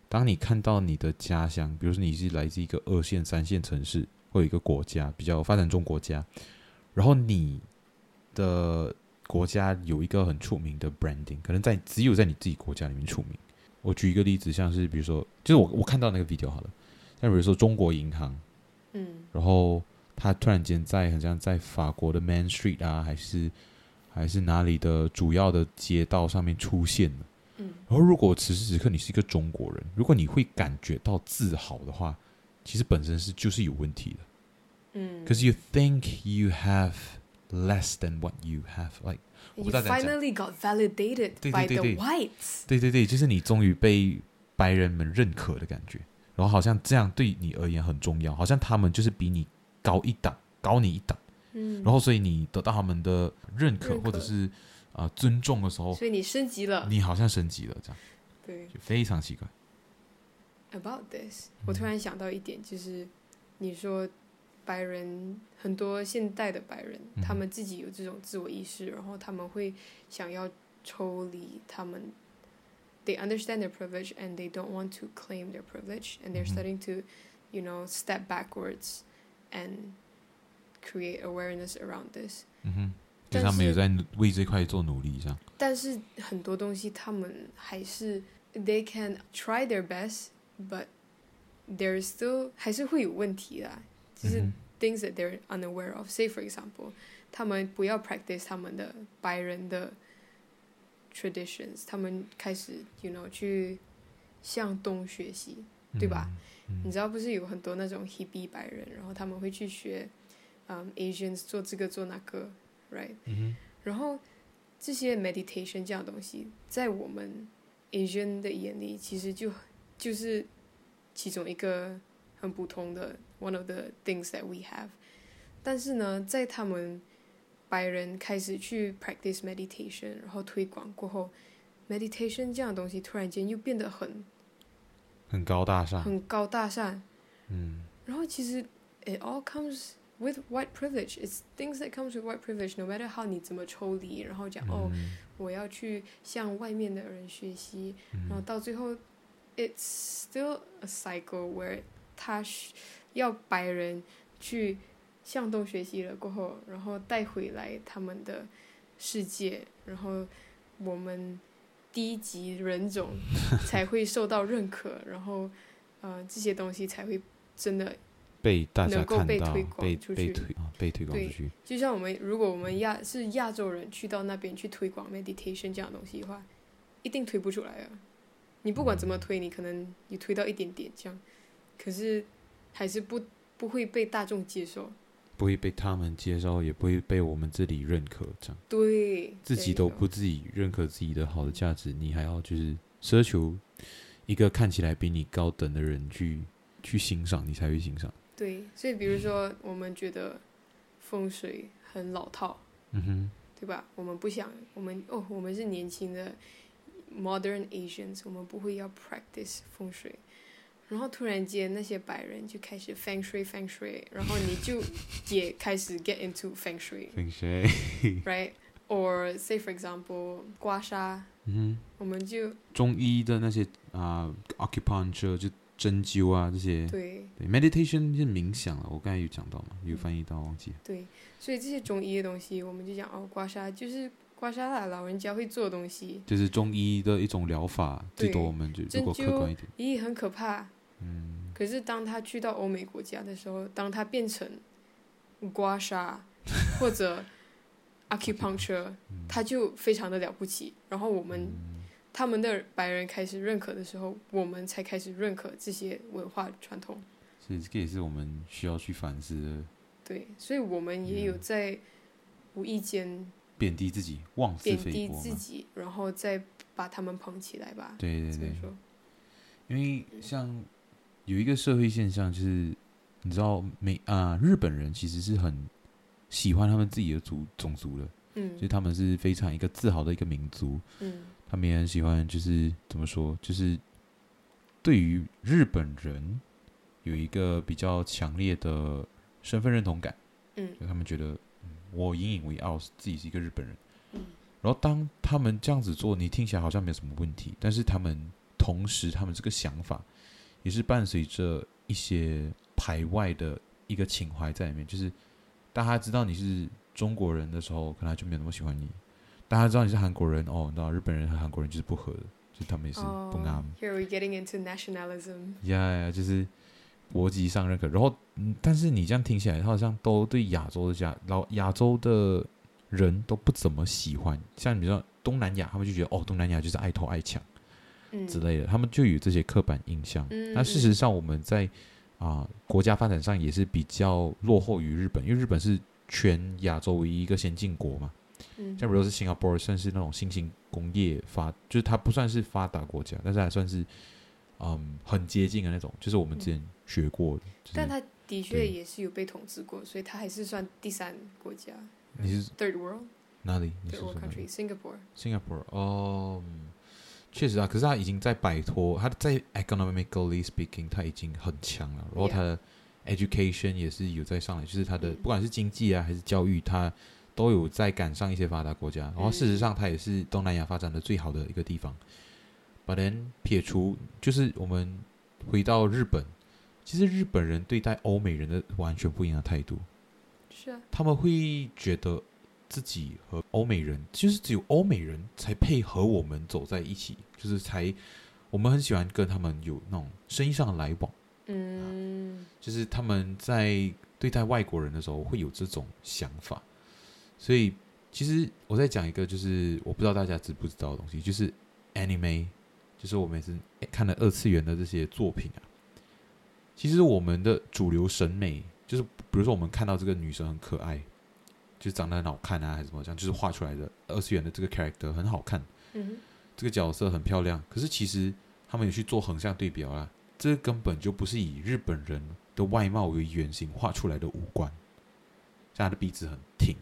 S1: 当你看到你的家乡，比如说你是来自一个二线、三线城市，或有一个国家比较发展中国家，然后你的国家有一个很出名的 branding，可能在只有在你自己国家里面出名。我举一个例子，像是比如说，就是我我看到那个 video 好了，像比如说中国银行，
S2: 嗯
S1: 然后他突然间在很像在法国的 Main Street 啊，还是还是哪里的主要的街道上面出现了。
S2: 嗯，
S1: 然后如果此时此刻你是一个中国人，如果你会感觉到自豪的话，其实本身是就是有问题的。
S2: 嗯
S1: Because you think you have less than what you have, like 我不知
S2: You
S1: 道怎样讲
S2: finally got validated
S1: 对对
S2: by
S1: 对
S2: the
S1: 对
S2: whites.
S1: 对对对，就是你终于被白人们认可的感觉，然后好像这样对你而言很重要，好像他们就是比你高一档，高你一档。
S2: 嗯，
S1: 然后所以你得到他们的认可
S2: 认可
S1: 或者是啊、呃尊重的时候，
S2: 所以你升级了。
S1: 你好像升级了，这样
S2: 对。
S1: 就非常奇怪。
S2: about this，我突然想到一点，就是你说白人很多现代的白人，
S1: 嗯
S2: 他们自己有这种自我意识，然后他们会想要抽离他们 they understand their privilege and they don't want to claim their privilege and they're
S1: Mhm.
S2: starting to you know step backwards and create awareness around this
S1: 嗯哼，就
S2: 但
S1: 是他们有
S2: 是
S1: 在努为这块做努力，这样。
S2: 但是很多东西他们还是 they can try their best, but there is still 还是会有问题啦，
S1: 嗯
S2: 就是
S1: 哼
S2: things that they're unaware of. Say for example，他们不要 practice 他们的白人的 traditions，他们开始 you know 去向东学习，对吧？
S1: 嗯？
S2: 你
S1: 嗯
S2: 知道不是有很多那种 hippie 白人，然后他们会去学，嗯、a s i a n s 做这个做那个，right？
S1: 嗯
S2: 然后这些 meditation 这样的东西，在我们 Asian 的眼里，其实就就是其中一个很普通的 one of the things that we have。但是呢，在他们白人开始去 practice meditation，然后推广过后，meditation 这样的东西突然间又变得很
S1: 哼，很高大上。
S2: 很高大上。
S1: 嗯
S2: 然后其实 it all comes with white privilege. It's things that comes with white privilege. No matter how 你怎么抽离，然后讲、哦，
S1: 嗯
S2: 我要去向外面的人学习，
S1: 嗯
S2: 然后到最后，it's still a cycle where 他需要白人去向东学习了过后，然后带回来他们的世界，然后我们低级人种才会受到认可，然后呃这些东西才会真的
S1: 被大家
S2: 能够
S1: 看
S2: 被
S1: 到，
S2: 推广
S1: 被
S2: 出
S1: 被
S2: 去
S1: 推啊，被推广
S2: 对
S1: 出去。
S2: 就像我们，如果我们亚是亚洲人去到那边去推广 meditation 这样的东西的话，一定推不出来啊！你不管怎么推，你可能你推到一点点这样，可是还是不不会被大众接受。
S1: 不会被他们接受，也不会被我们这里认可，这样
S2: 对，
S1: 自己
S2: there
S1: 都
S2: you go
S1: 不自己认可自己的好的价值，你还要就是奢求一个看起来比你高等的人去去欣赏，你才会欣赏。
S2: 对。所以比如说，我们觉得风水很老套，
S1: 嗯哼，
S2: 对吧？我们不想，我们哦，我们是年轻的 modern Asians，我们不会要 practice 风水。然后突然间，那些白人就开始 feng shui feng shui，然后你就也开始 get into feng
S1: 风水，
S2: shui，right？Or say for example，刮痧，
S1: 嗯
S2: 我们就
S1: 哼，中医的那些啊、acupuncture 就针灸啊这些，
S2: 对
S1: 对，meditation 是冥想啊了，我刚才有讲到嘛，有翻译到忘记了。
S2: 对，所以这些中医的东西，我们就讲哦，刮痧就是刮痧啦，老人家会做的东西，
S1: 就是中医的一种疗法，
S2: 对
S1: 最多我们就
S2: 针
S1: 如果客观一点，
S2: 咦，很可怕。
S1: 嗯，
S2: 可是当他去到欧美国家的时候，当他变成刮痧或者 acupuncture，他
S1: 嗯
S2: 就非常的了不起。然后我们他们的白人开始认可的时候，我们才开始认可这些文化传统。
S1: 所以这个也是我们需要去反思的，
S2: 对，所以我们也有在无意间
S1: 贬低自己，妄自
S2: 贬
S1: 菲
S2: 低
S1: 薄
S2: 自
S1: 嘛。
S2: 己，然后再把他们捧起来吧。
S1: 对对
S2: 这么
S1: 对，
S2: 说，
S1: 因为像有一个社会现象，就是你知道美啊、日本人其实是很喜欢他们自己的族种族的，就是
S2: 嗯
S1: 他们是非常一个自豪的一个民族，
S2: 嗯
S1: 他们也很喜欢，就是怎么说，就是对于日本人有一个比较强烈的身份认同感，
S2: 嗯
S1: 就他们觉得、嗯我引以为傲，自己是一个日本人。
S2: 嗯
S1: 然后当他们这样子做，你听起来好像没有什么问题，但是他们同时他们这个想法也是伴随着一些排外的一个情怀在里面，就是当他知道你是中国人的时候，可能他就没有那么喜欢你；当他知道你是韩国人，哦，你知道日本人和韩国人就是不合的，就是他们也是不啱。
S2: h e r e we're getting into nationalism。
S1: 呀呀，就是国籍上认可。然后，嗯但是你这样听起来，他好像都对亚洲的家老亚洲的人都不怎么喜欢。像你知道东南亚，他们就觉得哦，东南亚就是爱偷爱抢
S2: 嗯
S1: 之类的，他们就有这些刻板印象。
S2: 嗯
S1: 那事实上，我们在啊、国家发展上也是比较落后于日本，因为日本是全亚洲唯一一个先进国嘛。
S2: 嗯
S1: 像比如说是新加坡，算是那种新兴工业发，就是它不算是发达国家，但是还算是嗯很接近的那种，就是我们之前学过的。就是
S2: 但他的确
S1: 对
S2: 也是有被统治过，所以他还是算第三国家。
S1: 你是
S2: third world
S1: 哪里？你是
S2: third
S1: 说
S2: world
S1: 哪
S2: country
S1: 里
S2: Singapore。
S1: ？Singapore 哦，嗯确实啊，可是它已经在摆脱，它在 economically speaking，它已经很强了，然后
S2: Yeah
S1: 它的 education 也是有在上来，就是它的
S2: 嗯
S1: 不管是经济啊还是教育，它都有
S2: 嗯
S1: 在赶上一些发达国家。然后事实上，它也是东南亚发展的最好的一个地方。 But then 撇除就是我们回到日本，其实日本人对待欧美人的完全不一样的态度，
S2: 是啊，
S1: 他们会觉得自己和欧美人，就是只有欧美人才配合我们走在一起，就是才我们很喜欢跟他们有那种生意上的来往，
S2: 嗯，
S1: 就是他们在对待外国人的时候会有这种想法，所以其实我再讲一个，就是我不知道大家知不知道的东西，就是 anime，就是我们是看了二次元的这些作品啊。其实我们的主流审美，就是比如说我们看到这个女生很可爱，就是长得很好看啊，还是怎么样，就是画出来的二次元的这个 character 很好看，
S2: 嗯
S1: 这个角色很漂亮，可是其实他们有去做横向对比啦，这根本就不是以日本人的外貌为原型画出来的五官，像他的鼻子很挺，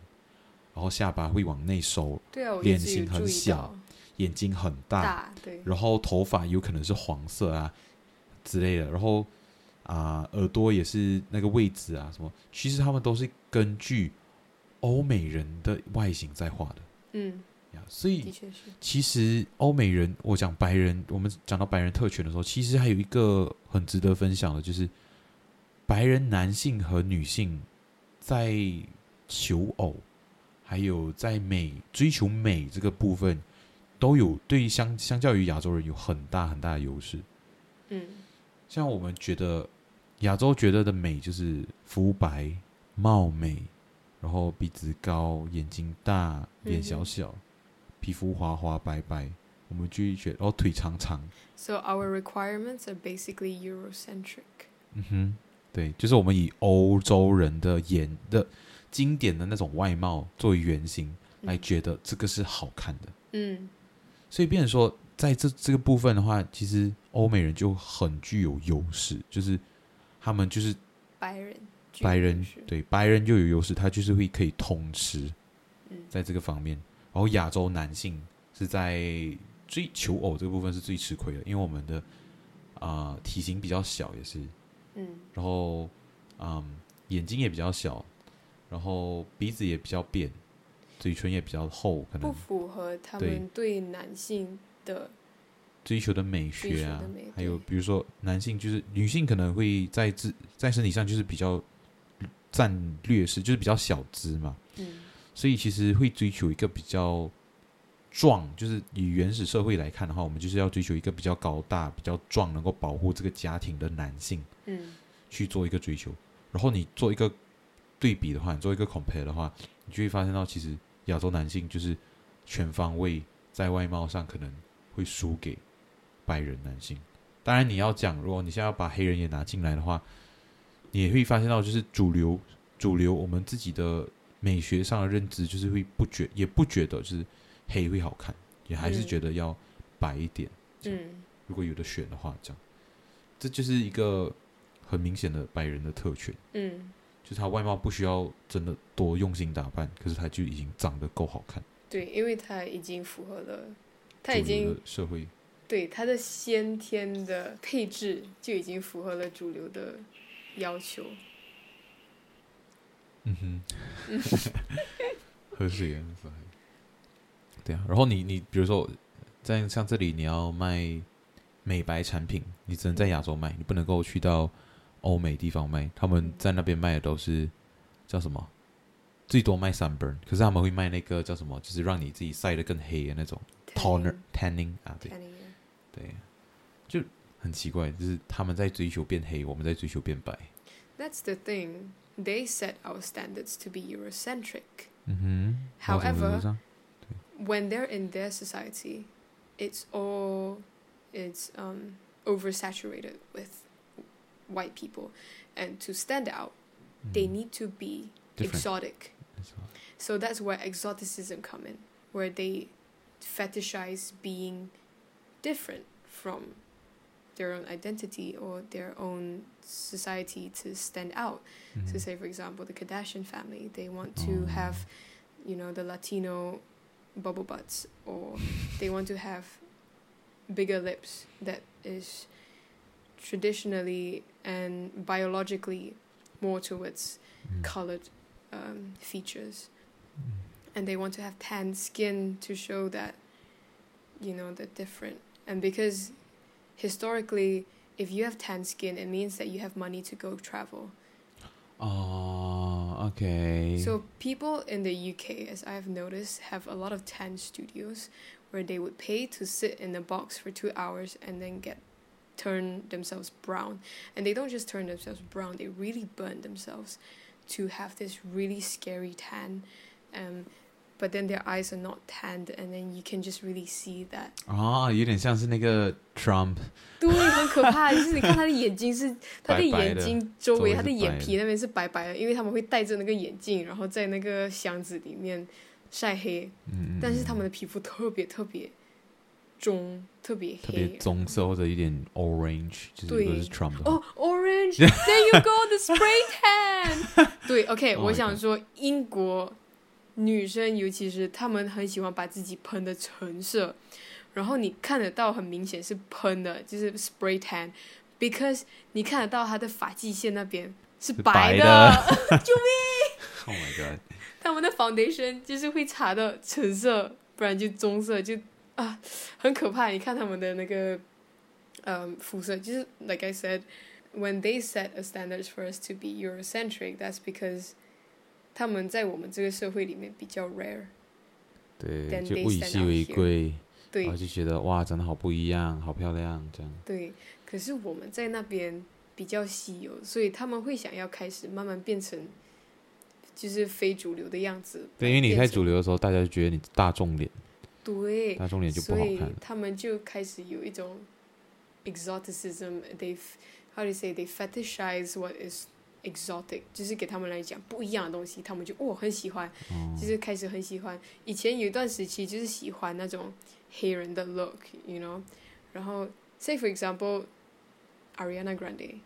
S1: 然后下巴会往内收，
S2: 对啊，我
S1: 脸
S2: 一直
S1: 型
S2: 有
S1: 很
S2: 注意
S1: 小
S2: 到
S1: 眼睛很大，
S2: 大，对，
S1: 然后头发有可能是黄色啊之类的，然后啊、耳朵也是那个位置啊什么，其实他们都是根据欧美人的外形在画的
S2: 嗯，
S1: 呀，所以
S2: 的确是，
S1: 其实欧美人，我讲白人，我们讲到白人特权的时候，其实还有一个很值得分享的，就是白人男性和女性在求偶，还有在美追求美这个部分，都有对相相较于亚洲人有很大很大的优势。
S2: 嗯
S1: 像我们觉得亚洲觉得的美就是肤白貌美，然后鼻子高、眼睛大、脸小小、皮肤滑滑白白，我们就会觉得哦腿长长，
S2: ，so our requirements are basically Eurocentric，
S1: 嗯哼，对，就是我们以欧洲人的眼的经典的那种外貌作为原型
S2: 嗯
S1: 来觉得这个是好看的，
S2: 嗯
S1: 所以变成说在这这个部分的话，其实欧美人就很具有优势，就是他们就是
S2: 白人，居
S1: 白
S2: 民
S1: 人
S2: 是
S1: 对白人就有优势，他就是会可以通吃
S2: 嗯
S1: 在这个方面。然后亚洲男性是在追求偶这个部分是最吃亏的，因为我们的啊、呃体型比较小也是，
S2: 嗯
S1: 然后嗯眼睛也比较小，然后鼻子也比较扁，嘴唇也比较厚，可
S2: 不
S1: 能
S2: 符合他
S1: 对
S2: 们对男性的
S1: 追求的美学啊
S2: 追求的美，
S1: 还有
S2: 对
S1: 比如说男性就是女性可能会在自在身体上就是比较占劣势，就是比较小资嘛。
S2: 嗯
S1: 所以其实会追求一个比较壮，就是以原始社会来看的话，我们就是要追求一个比较高大、比较壮，能够保护这个家庭的男性
S2: 嗯
S1: 去做一个追求。然后你做一个对比的话，你做一个 compare 的话，你就会发现到其实亚洲男性就是全方位在外貌上可能会输给白人男性。当然你要讲，如果你现在要把黑人也拿进来的话，你也会发现到就是主流主流我们自己的美学上的认知就是会不觉也不觉得就是黑会好看，也还是
S2: 嗯
S1: 觉得要白一点。
S2: 嗯
S1: 如果有的选的话，这样，这就是一个很明显的白人的特权，
S2: 嗯，
S1: 就是他外貌不需要真的多用心打扮，可是他就已经长得够好看，
S2: 对，因为他已经符合了，他
S1: 主
S2: 已
S1: 流
S2: 经
S1: 的社会
S2: 对他的先天的配置就已经符合了主流的要求。
S1: 嗯 哼，喝水啊，喝水对啊，然后你你比如说，在像这里你要卖美白产品，你只能在亚洲卖，你不能够去到欧美地方卖，他们在那边卖的都是叫什么？最多卖 sunburn，可是他们会卖那个叫什么，就是让你自己晒得更黑
S2: 嗯
S1: 的那种 toner tanning 啊，对
S2: tanning，tanning，
S1: 对，就很奇怪，就是他们在追求变黑，我们在追求变白。
S2: That's the thing. They set our standards to be Eurocentric.
S1: 嗯哼，某种程度
S2: However-
S1: 上
S2: When they're in their society, it's all it's um, oversaturated with white people, and to stand out, they
S1: 嗯
S2: need to be
S1: different
S2: exotic.
S1: as well.
S2: So that's where exoticism come in, where they fetishize being different from their own identity or their own society to stand out. So
S1: 嗯
S2: say for example the Kardashian family, they want to
S1: Oh.
S2: have, you know, the Latino bubble butts or they want to have bigger lips that is traditionally and biologically more towards
S1: 嗯
S2: colored um, features. And they want to have tan skin to show that, you know, they're different and because historically, if you have tan skin, it means that you have money to go travel.
S1: Oh, okay.
S2: So people in the UK, as I have noticed, have a lot of tan studios where they would pay to sit in a box for two hours and then get turn themselves brown. And they don't just turn themselves brown, they really burn themselves to have this really scary tan. Um but then their eyes are not tanned and then you can just really see that
S1: 啊，有点像是那个 Trump
S2: 对，很可怕。就是你看他的眼睛是，他的
S1: 白白
S2: 眼
S1: 的
S2: 睛周围，
S1: 周围是
S2: 他的眼
S1: 白
S2: 皮那边是白白的，因为他们会戴着那个眼镜，然后在那个箱子里面晒黑。
S1: 嗯，嗯，
S2: 但是
S1: 嗯
S2: 他们的皮肤特别特别棕，特别
S1: 特别
S2: 黑。
S1: 棕色或者有点 orange，就是如果是
S2: 对
S1: Trump 的话
S2: 哦、o r a n g e there you go, the spray tan 。 对，OK，、
S1: Oh my
S2: 我想说英国女生，尤其是她们很喜欢把自己喷的橙色，然后你看得到很明显是喷的，就是 spray tan，because 你看得到她的发际线那边是
S1: 是
S2: 白
S1: 白的 ，Oh my god，
S2: 他们的 foundation 就是会擦的橙色，不然就棕色，就啊很可怕。你看他们的那个，嗯，肤色就是 like I said。When they set a standards for us to be Eurocentric, that's because 他们在我们这个社会里面比较 rare。
S1: 对，
S2: Then
S1: 就
S2: they
S1: 物以
S2: stand
S1: 稀
S2: out
S1: 为
S2: here
S1: 贵，
S2: 对
S1: 然后就觉得哇，长得好不一样，好漂亮，这样。
S2: 对，可是我们在那边比较稀有，所以他们会想要开始慢慢变成，就是非主流的样子。
S1: 对，因为你
S2: 变
S1: 太
S2: 成
S1: 主流的时候，大家就觉得你大众脸，
S2: 对，
S1: 大众脸就不
S2: 所
S1: 好
S2: 以
S1: 看了。
S2: 他们就开始有一种 exoticism。They f- how do you say they fetishize what is exotic，就是给他们来讲不一样的东西，他们就哦很喜欢，
S1: 哦
S2: 就是开始很喜欢。以前有一段时期就是喜欢那种黑人的 look，you know，然后 say for example。Ariana Grande，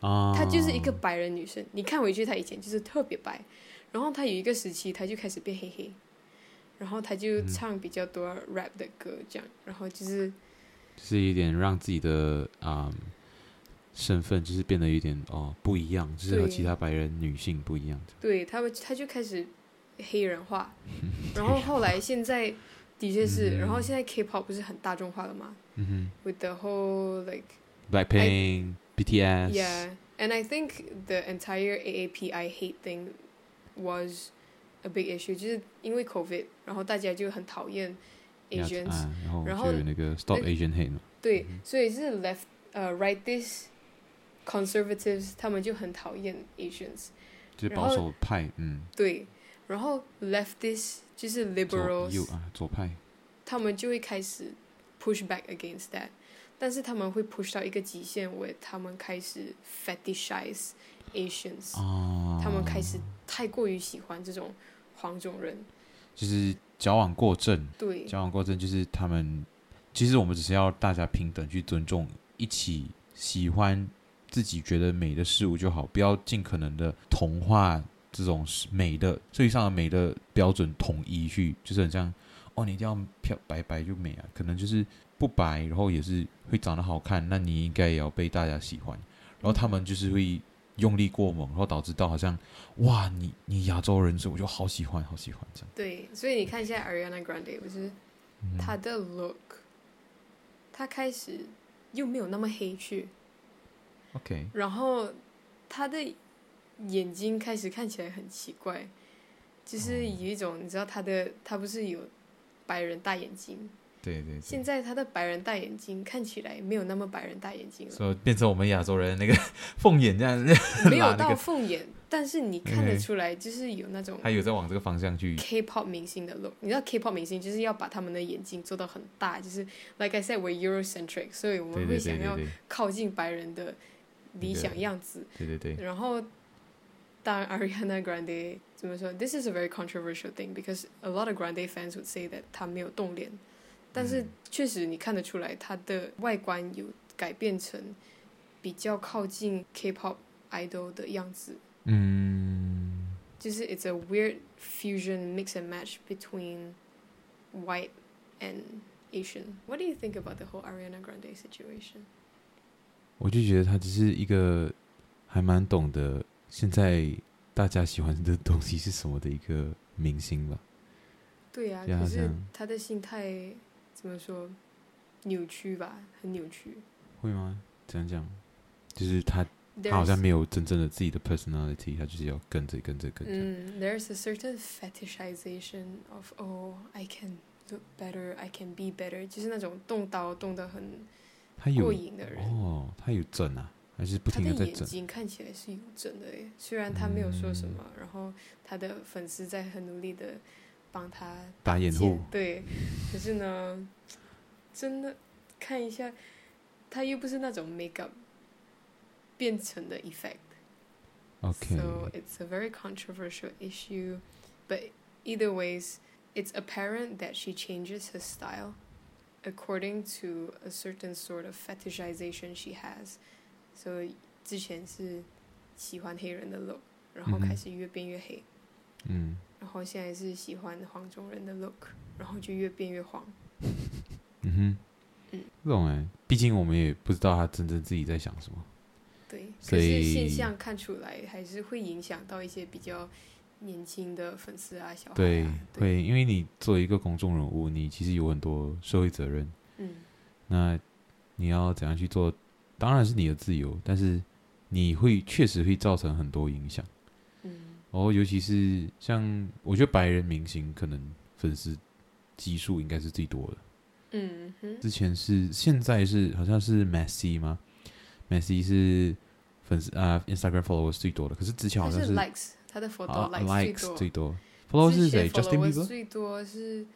S1: 啊，
S2: 她就是一个白人女生。你看回去，她以前就是特别白，然后她有一个时期，她就开始变黑黑，然后她就唱比较多 rap 的歌，这样，然后就是
S1: 就是有点让自己的啊、嗯身份就是变得有点哦不一样，就是和
S2: 对
S1: 其他白人女性不一样。
S2: 对他们，他就开始黑人化， 然后后来现在的确是，然后现在 K-pop 不是很大众化了嘛
S1: 嗯
S2: ？With the whole like
S1: 哼，Blackpink、BTS，
S2: yeah, and I think the entire AAPI hate thing was a big issue，就是因为 COVID，然后大家就很讨厌
S1: 亚洲
S2: Asians，、
S1: 啊然
S2: 然
S1: 后
S2: 后
S1: 就有那个 Stop
S2: 那
S1: Asian Hate 嘛。
S2: 对，
S1: 嗯
S2: 所以是 left 呃 right this conservatives 他们就很讨厌 Asians，
S1: 就是
S2: 然
S1: 保
S2: 后
S1: 守派，嗯，
S2: 对，然后 leftist 就是
S1: 左
S2: liberals，
S1: 右啊，左派，
S2: 他们就会开始 push back against that，但是他们会 push 到一个极限，为他们开始 fetishize Asians，、
S1: 哦，
S2: 他们开始太过于喜欢这种黄种人，
S1: 就是矫枉过正，
S2: 对
S1: 矫枉过正就是他们，其实我们只是要大家平等去尊重，一起喜欢自己觉得美的事物就好，不要尽可能的同化这种美的最上的美的标准统一去，就是很像哦，你一定要漂白白就美啊，可能就是不白，然后也是会长得好看，那你应该也要被大家喜欢，然后他们就是会。用力过猛，然后导致到好像，哇，你你亚洲人，所以我就好喜欢，好喜欢这样。
S2: 对，所以你看现在 Ariana Grande 不是
S1: 嗯
S2: 她的 look，她开始又没有那么黑去，
S1: OK，
S2: 然后她的眼睛开始看起来很奇怪，就是
S1: 哦
S2: 有一种你知道她的她不是有白人大眼睛。
S1: 对对对。
S2: 现在他的白人大眼睛看起来没有那么白人大眼睛了，
S1: 所以变成我们亚洲人那个 凤眼这样，
S2: 没有
S1: 拉那
S2: 到
S1: 个嗯
S2: 凤眼，但是你看得出来，就是有那种
S1: 还有在往这个方向去
S2: K-pop 明星的 look。你知道 K-pop 明星就是要把他们的眼睛做到很大，就是 like I said we're Eurocentric，所以我
S1: 对对
S2: 们会
S1: 对
S2: 想
S1: 对
S2: 要
S1: 对
S2: 靠近白人的理想样子。
S1: 对对对，
S2: 然后，当然 Ariana Grande 怎么说？This is a very controversial thing because a lot of Grande fans would say that 她没有动脸，但是确实你看得出来她的外观有改变成比较靠近 K-pop idol 的样子，
S1: 嗯，
S2: 就是 it's a weird fusion mix and match between white and Asian. What do you think about the whole Ariana Grande situation?
S1: 我就觉得他只是一个还蛮懂得现在大家喜欢的东西是什么的一个明星吧。
S2: 对呀、
S1: 对啊
S2: 可
S1: 这
S2: 是
S1: 样
S2: 他的心态怎么说？扭曲吧，很扭曲。
S1: 会吗？怎样讲？就是他他好像
S2: There's-
S1: 没有真正的自己的 personality，他就是要跟着跟着跟着。
S2: Mm, there's a certain fetishization of oh, I can look better, I can be better，就是那种动刀动得很
S1: 他有
S2: 过瘾的人。
S1: 哦，他有整啊，还是不
S2: 他
S1: 停的
S2: 的
S1: 在
S2: 眼
S1: 整。
S2: 睛看起来是有整的耶，虽然他没有说什
S1: 嗯
S2: 么，然后他的粉丝在很努力的帮他
S1: 打掩护
S2: 剪，对，可是呢，真的看一下，他又不是那种 makeup 变成的 effect。
S1: ，OK，
S2: So it's a very controversial issue, but either ways, it's apparent that she changes her style according to a certain sort of fetishization she has. So 之前是喜欢黑人的
S1: Mhm.
S2: 然后开始越变越黑，
S1: 嗯，
S2: 然后现在是喜欢黄种人的 look，然后就越变越黄。
S1: 嗯哼
S2: 嗯，
S1: 不懂哎，毕竟我们也不知道他真正自己在想什么。
S2: 对，可
S1: 所
S2: 是
S1: 以
S2: 现象看出来还是会影响到一些比较年轻的粉丝啊、小孩啊。
S1: 对，
S2: 对，
S1: 会，因为你作为一个公众人物，你其实有很多社会责任。
S2: 嗯，
S1: 那你要怎样去做？当然是你的自由，但是你会确实会造成很多影响。
S2: 嗯，
S1: 然后，尤其是像我觉得白人明星，可能粉丝基数应该是最多的。
S2: 嗯哼，
S1: 之前是，现在是好像是 Messi 吗？Messi 是粉丝啊、Instagram followers 最多的，可是之前好
S2: 他
S1: 像
S2: 是 likes，他的 photo
S1: 啊
S2: likes 最
S1: likes
S2: 多。
S1: 最多，followers 是
S2: 之前
S1: 谁？Justin
S2: followers
S1: Bieber
S2: 最多是，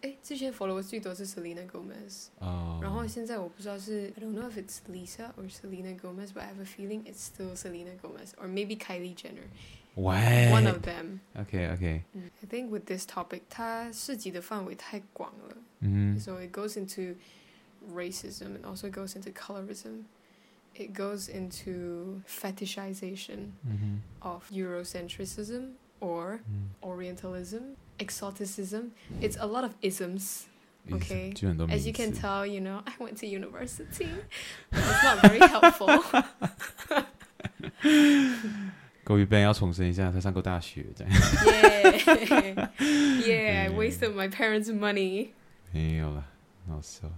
S2: 哎，之前 followers 最多是 Selena Gomez，、
S1: 啊，
S2: 然后现在我不知道是 I don't know if it's Lisa or Selena Gomez，but I have a feeling it's still Selena Gomez or maybe Kylie Jenner,
S1: 喂
S2: one of them.
S1: OK OK，
S2: 嗯 I think with this topic，它涉及的范围太广了。
S1: 嗯哼
S2: So it goes into racism and also goes into colorism. It goes into fetishization
S1: 嗯
S2: of Eurocentrism or
S1: 嗯
S2: Orientalism, exoticism. It's a lot of isms.
S1: 哼
S2: OK，
S1: 就很多名
S2: As
S1: 词
S2: you can tell, you know, I went to university. but it's not very helpful.
S1: 狗与 Ben 要重申一下，他上过大学这样。
S2: Yeah. Yeah, I wasted my parents' money.
S1: 没有啦，很好笑。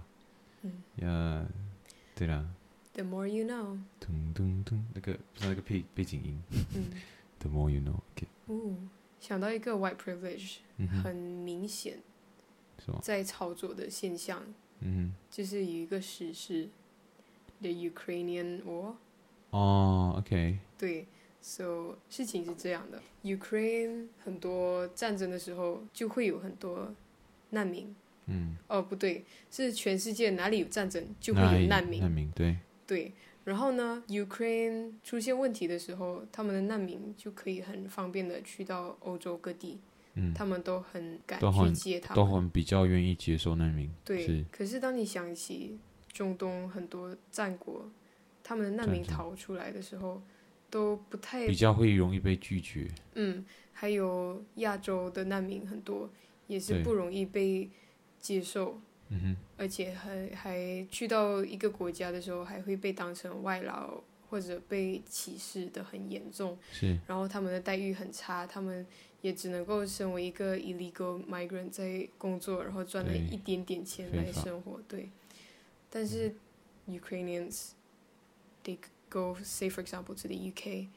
S2: 嗯
S1: 呀，对啦，
S2: The more you know.
S1: 咚咚咚，那个不是那个配背景音
S2: 嗯
S1: ，The more you know，OK，
S2: 哦，想到一个 white privilege
S1: 嗯哼
S2: 很明显
S1: 是吗？
S2: 在操作的现象，
S1: 嗯
S2: 就是有一个史诗，The Ukrainian War。
S1: 哼，哦，OK，
S2: 对，so 事情是这样的，Ukraine 很多战争的时候就会有很多难民。
S1: 嗯，
S2: 哦，不对，是全世界哪里有战争就会
S1: 那
S2: 有难民
S1: 难。民对，
S2: 对，然后呢，Ukraine 出现问题的时候，他们的难民就可以很方便的去到欧洲各地，
S1: 嗯，
S2: 他们都很敢
S1: 都
S2: 去
S1: 很
S2: 接他
S1: 都
S2: 们。
S1: 很比较愿意接受难民，
S2: 对
S1: 是，，
S2: 可是当你想起中东很多战国，他们的难民
S1: 战争
S2: 逃出来的时候，都不太
S1: 比较会容易被拒绝，
S2: 嗯，还有亚洲的难民很多，也是
S1: 对
S2: 不容易被接受，
S1: 嗯哼，
S2: 而且还还去到一个国家的时候，还会被当成外劳或者被歧视的很严重，
S1: 是，
S2: 然后他们的待遇很差，他们也只能够身为一个 illegal migrant 在工作，然后赚了
S1: 对
S2: 一点点钱
S1: 非
S2: 来
S1: 法
S2: 生活，对。但是 Ukrainians they go say for example to the UK，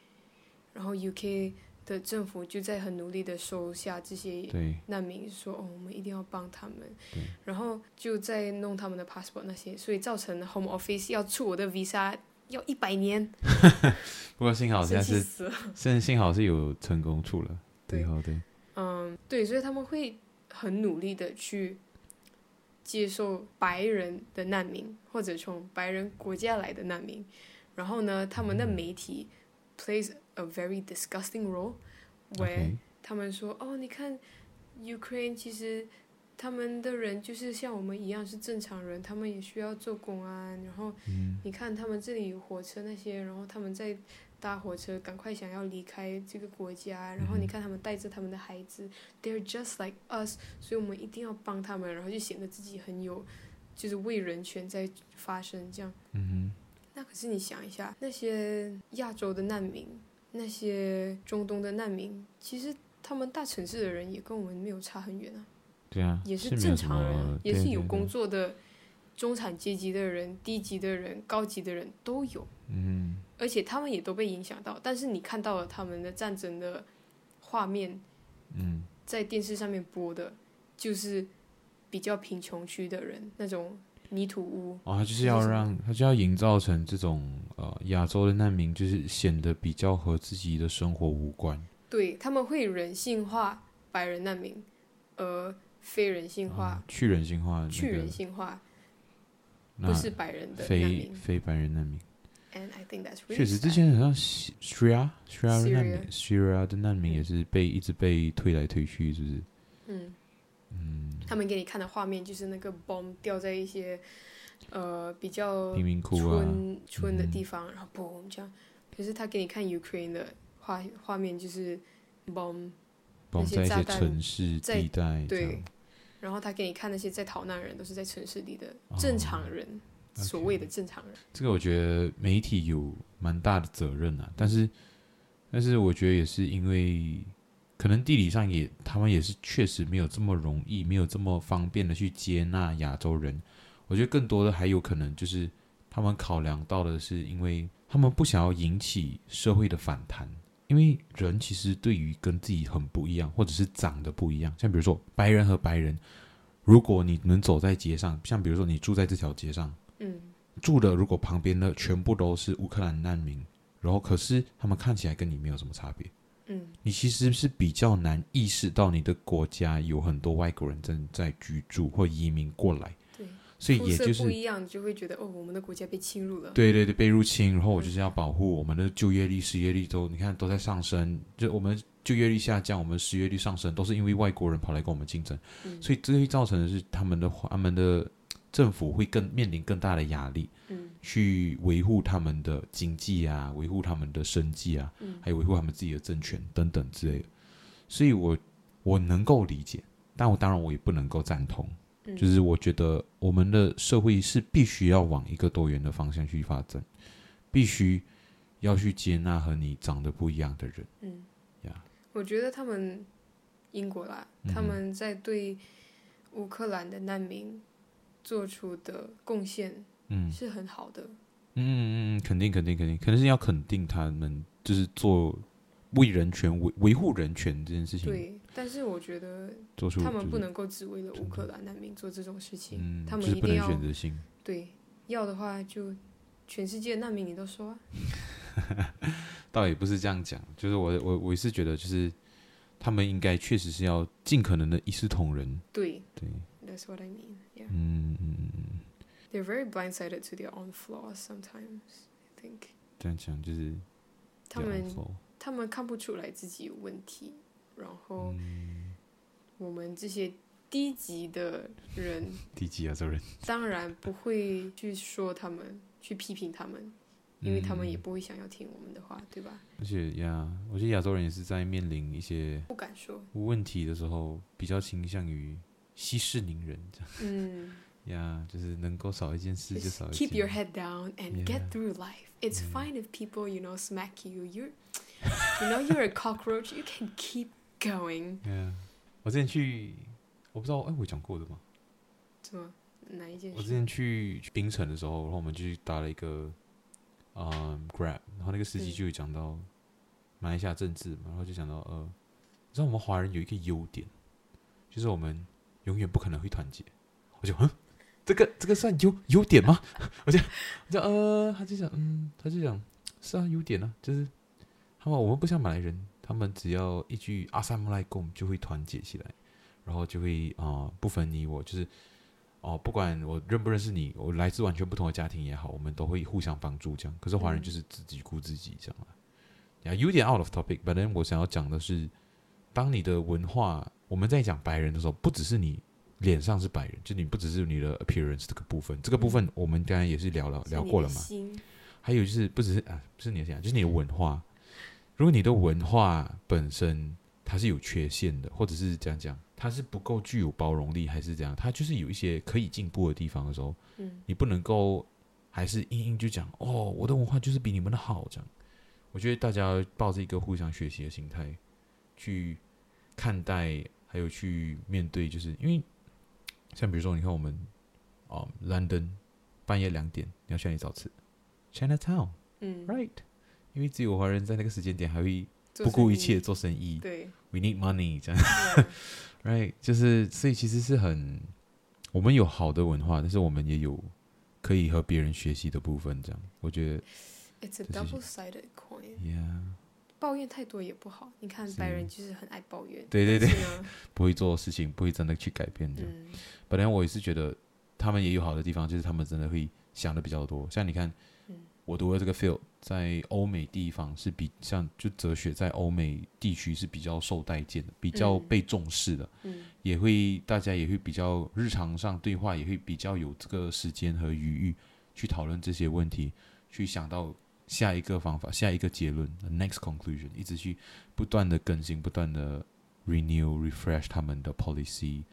S2: 然后 UK 的政府就在很努力的收下这些
S1: 对，
S2: 难民说哦，我们一定要帮他们
S1: 对，
S2: 然后就在弄他们的 passport 那些，所以造成 Home Office 要出我的 visa 要一百年，
S1: 不过幸好现在
S2: 生气
S1: 是，
S2: 死了。
S1: 现在幸好是有成功处了，对，
S2: 对
S1: 好对，
S2: 嗯，对，所以他们会很努力的去接受白人的难民，或者从白人国家来的难民。然后呢，他们的媒体 plays a very disgusting role where
S1: ，OK，
S2: 他们说哦，你看 Ukraine 其实他们的人就是像我们一样是正常人，他们也需要做工啊。然后
S1: 嗯
S2: 你看他们这里有火车那些，然后他们在搭火车，赶快想要离开这个国家。然后你
S1: 嗯哼
S2: 看他们带着他们的孩子，they're just like us，所以我们一定要帮他们，然后就显得自己很有，就是为人权在发声这样。
S1: 嗯
S2: 那可是你想一下，那些亚洲的难民，那些中东的难民，其实他们大城市的人也跟我们没有差很远啊，
S1: 哼，对啊，
S2: 也
S1: 是
S2: 是
S1: 没有
S2: 正
S1: 什
S2: 常人
S1: 么
S2: 啊，也
S1: 对
S2: 是
S1: 对
S2: 有
S1: 对
S2: 工作的，中产阶级的人、低级的人、高级的人都有，
S1: 嗯
S2: 而且他们也都被影响到。但是你看到了他们的战争的画面，
S1: 嗯
S2: 在电视上面播的，就是比较贫穷区的人那种泥土屋，
S1: 哦，他就是要让他就要营造成这种呃亚洲的难民，就是显得比较和自己的生活无关。
S2: 对他们会人性化白人难民，而非人性化、
S1: 啊去人性化，
S2: 去人性化不是白人的难
S1: 非
S2: 民。
S1: 非白人难民，
S2: And I think that's really
S1: 确实之
S2: sad
S1: 前好像西 Syria Syria 的难民，Syria 的难民也是被一直被推来推去，是不是？
S2: 嗯，他们给你看的画面就是那个 bomb 掉在一些呃比较
S1: 贫民窟啊，嗯
S2: 村村的地方，然后 boom 这样。可是他给你看 Ukraine 的画画面就是 bomb，
S1: 包
S2: 那
S1: 括
S2: 些
S1: 在一
S2: 炸
S1: 些
S2: 弹
S1: 城市
S2: 在
S1: 地带这
S2: 对
S1: 样。
S2: 然后他给你看那些在逃难人都是在城市里的
S1: 哦
S2: 正常人，
S1: OK
S2: 所谓的正常人。
S1: 这个我觉得媒体有蛮大的责任啊，但是，但是我觉得也是因为可能地理上也他们也是确实没有这么容易，没有这么方便的去接纳亚洲人。我觉得更多的还有可能就是他们考量到的是，因为他们不想要引起社会的反弹，因为人其实对于跟自己很不一样，或者是长得不一样，像比如说白人和白人，如果你能走在街上，像比如说你住在这条街上。
S2: 嗯，
S1: 住的如果旁边的全部都是乌克兰难民，然后可是他们看起来跟你没有什么差别，
S2: 嗯，
S1: 你其实是比较难意识到你的国家有很多外国人正在居住或移民过来，
S2: 对，
S1: 所以
S2: 肤
S1: 也
S2: 色
S1: 就是
S2: 不一样，就会觉得哦，我们的国家被侵入了。
S1: 对对对，被入侵，然后我就是要保护我们的就业率、失业率都，你看都在上升，就我们就业率下降，我们失业率上升，都是因为外国人跑来跟我们竞争，
S2: 嗯
S1: 所以这会造成的是他们的他们的政府会更面临更大的压力，
S2: 嗯
S1: 去维护他们的经济啊，维护他们的生计啊，
S2: 嗯
S1: 还有维护他们自己的政权等等之类的。所以我我能够理解，但我当然我也不能够赞同。
S2: 嗯，
S1: 就是我觉得我们的社会是必须要往一个多元的方向去发展，必须要去接纳和你长得不一样的人。
S2: 嗯
S1: 呀，
S2: 我觉得他们英国啦，
S1: 嗯
S2: 他
S1: 哼
S2: 们在对乌克兰的难民做出的贡献
S1: 嗯
S2: 是很好的。
S1: 嗯嗯嗯，肯定肯定肯定，肯定是要肯定他们就是做为人权维维护人权这件事情
S2: 对，但是我觉得
S1: 做出，
S2: 他们
S1: 就是
S2: 不能够只为了乌克兰难民做这种事情，
S1: 嗯，
S2: 他
S1: 就
S2: 们
S1: 是
S2: 一
S1: 不
S2: 定
S1: 能
S2: 要
S1: 选择性。
S2: 对要的话就全世界难民你都收啊。
S1: 倒也不是这样讲，就是我我我是觉得，就是他们应该确实是要尽可能的一视同仁。
S2: 对
S1: 对，
S2: ，That's what I mean. Yeah,
S1: 嗯嗯嗯嗯，
S2: they're very blindsided to their own flaws sometimes. I think
S1: 这样讲就是
S2: 他
S1: 比较
S2: 们
S1: unfollow
S2: 他们看不出来自己有问题，然后
S1: 嗯
S2: 我们这些低级的人。
S1: 低级亚洲人，
S2: 当然不会去说他们，去批评他们，因为他们也
S1: 嗯
S2: 不会想要听我们的话，对吧？
S1: 而且呀，我觉得亚洲人也是在面临一些
S2: 不敢说，
S1: 问题的时候，比较倾向于息事宁人这
S2: 嗯
S1: 样呀，就是能够少一件事就
S2: ，just
S1: 少一件。
S2: keep your head down and
S1: Yeah.
S2: get through life. It's fine if people, you know, smack you. You're, you know, you're a cockroach. You can keep going.
S1: 呀我之前去，我不知道，哎，我讲过的吗？
S2: 怎么哪一件
S1: 我之
S2: 事？
S1: 前去去槟城的时候，然后我们就去搭了一个嗯 Grab，然后那个司机
S2: 嗯
S1: 就有讲到马来西亚政治嘛，然后就讲到呃，你知道我们华人有一个优点，就是我们永远不可能会团结。我就嗯，这个这个算优优点吗？ 我就我就呃，他就讲嗯，他就讲是啊，优点啊，就是他们我们不像马来人，他们只要一句阿萨姆来贡就会团结起来，然后就会啊、呃不分你我，就是哦、不管我认不认识你，我来自完全不同的家庭也好，我们都会互相帮助这样。可是华人
S2: 嗯
S1: 就是自己顾自己这样啊。呀，有点 out of topic，反正我想要讲的是，当你的文化，我们在讲白人的时候，不只是你脸上是白人，就你不只是你的 appearance 这个部分，这个部分我们刚才也是聊了
S2: 嗯是
S1: 聊
S2: 你
S1: 过
S2: 的
S1: 了嘛。
S2: 心
S1: 还有就是，不只是啊，不是你的想法，就是你的文化。如果你的文化本身它是有缺陷的，或者是这样讲，它是不够具有包容力，还是怎样，它就是有一些可以进步的地方的时候，
S2: 嗯
S1: 你不能够还是硬硬就讲哦，我的文化就是比你们的好这样。我觉得大家抱着一个互相学习的心态去看待，还有去面对，就是因为像比如说，你看我们哦、l o n d o n 半夜两点你要去哪里找吃？Chinatown，right？
S2: 嗯，
S1: 因为只有华人在那个时间点还会
S2: 做
S1: 不顾
S2: 生
S1: 一
S2: 意
S1: 切，做生意
S2: 对，
S1: ，we need money 这样。
S2: 对啊
S1: Right，就是所以其实是很，我们有好的文化，但是我们也有可以和别人学习的部分。这样，我觉得
S2: ，It's
S1: 这是
S2: a double-sided coin。
S1: ，Yeah，
S2: 抱怨太多也不好，你看
S1: 是
S2: 白人就是很爱抱怨，
S1: 对对对
S2: 但是呢，
S1: 不会做事情，不会真的去改变这样。
S2: 嗯，
S1: 本来我也是觉得他们也有好的地方，就是他们真的会想的比较多。像你看，
S2: 嗯
S1: 我读的这个 field 在欧美地方是比像就哲学在欧美地区是比较受待见的，比较
S2: 嗯
S1: 被重视的。
S2: 嗯
S1: 也会大家也会比较日常上对话也会比较有这个时间和余裕去讨论这些问题，去想到下一个方法、下一个结论 the（next conclusion），一直去不断的更新、不断的 renew、refresh 他们的 policy，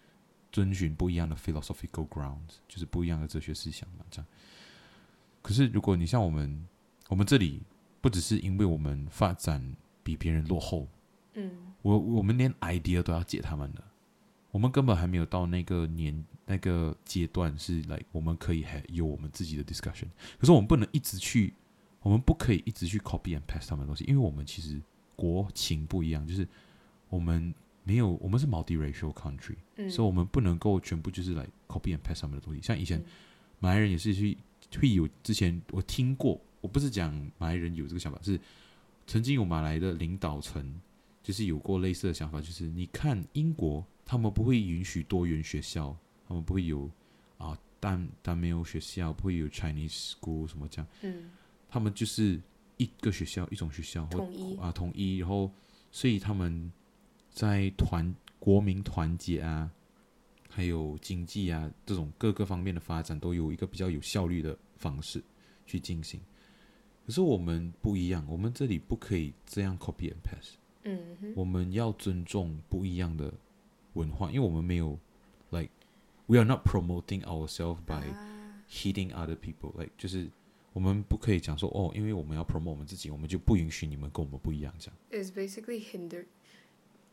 S1: 遵循不一样的 philosophical grounds，就是不一样的哲学思想嘛，这样。可是如果你像我们，我们这里不只是因为我们发展比别人落后，
S2: 嗯，
S1: 我我们连 idea 都要解他们的，我们根本还没有到那个年那个阶段，是来我们可以还有我们自己的 discussion，可是我们不能一直去，我们不可以一直去 copy and paste 他们的东西，因为我们其实国情不一样，就是我们没有我们是 multiracial country，
S2: 嗯
S1: 所以我们不能够全部就是来 copy and paste 他们的东西。像以前
S2: 嗯
S1: 马来人也是去会有之前我听过，我不是讲马来人有这个想法，是曾经有马来的领导层就是有过类似的想法，就是你看英国他们不会允许多元学校，他们不会有啊单单没有学校，不会有 Chinese school 什么这样，
S2: 嗯
S1: 他们就是一个学校一种学校或
S2: 统一，
S1: 啊统一，然后所以他们在团国民团结啊，还有经济啊这种各个方面的发展都有一个比较有效率的方式去进行。可是我们不一样，我们这里不可以这样 copy and paste，
S2: 嗯哼，
S1: 我们要尊重不一样的文化，因为我们没有 like we are not promoting ourselves by、
S2: 啊
S1: hitting other people，like 就是我们不可以讲说哦，因为我们要 promote 我们自己，我们就不允许你们跟我们不一样这样。
S2: is basically hindered.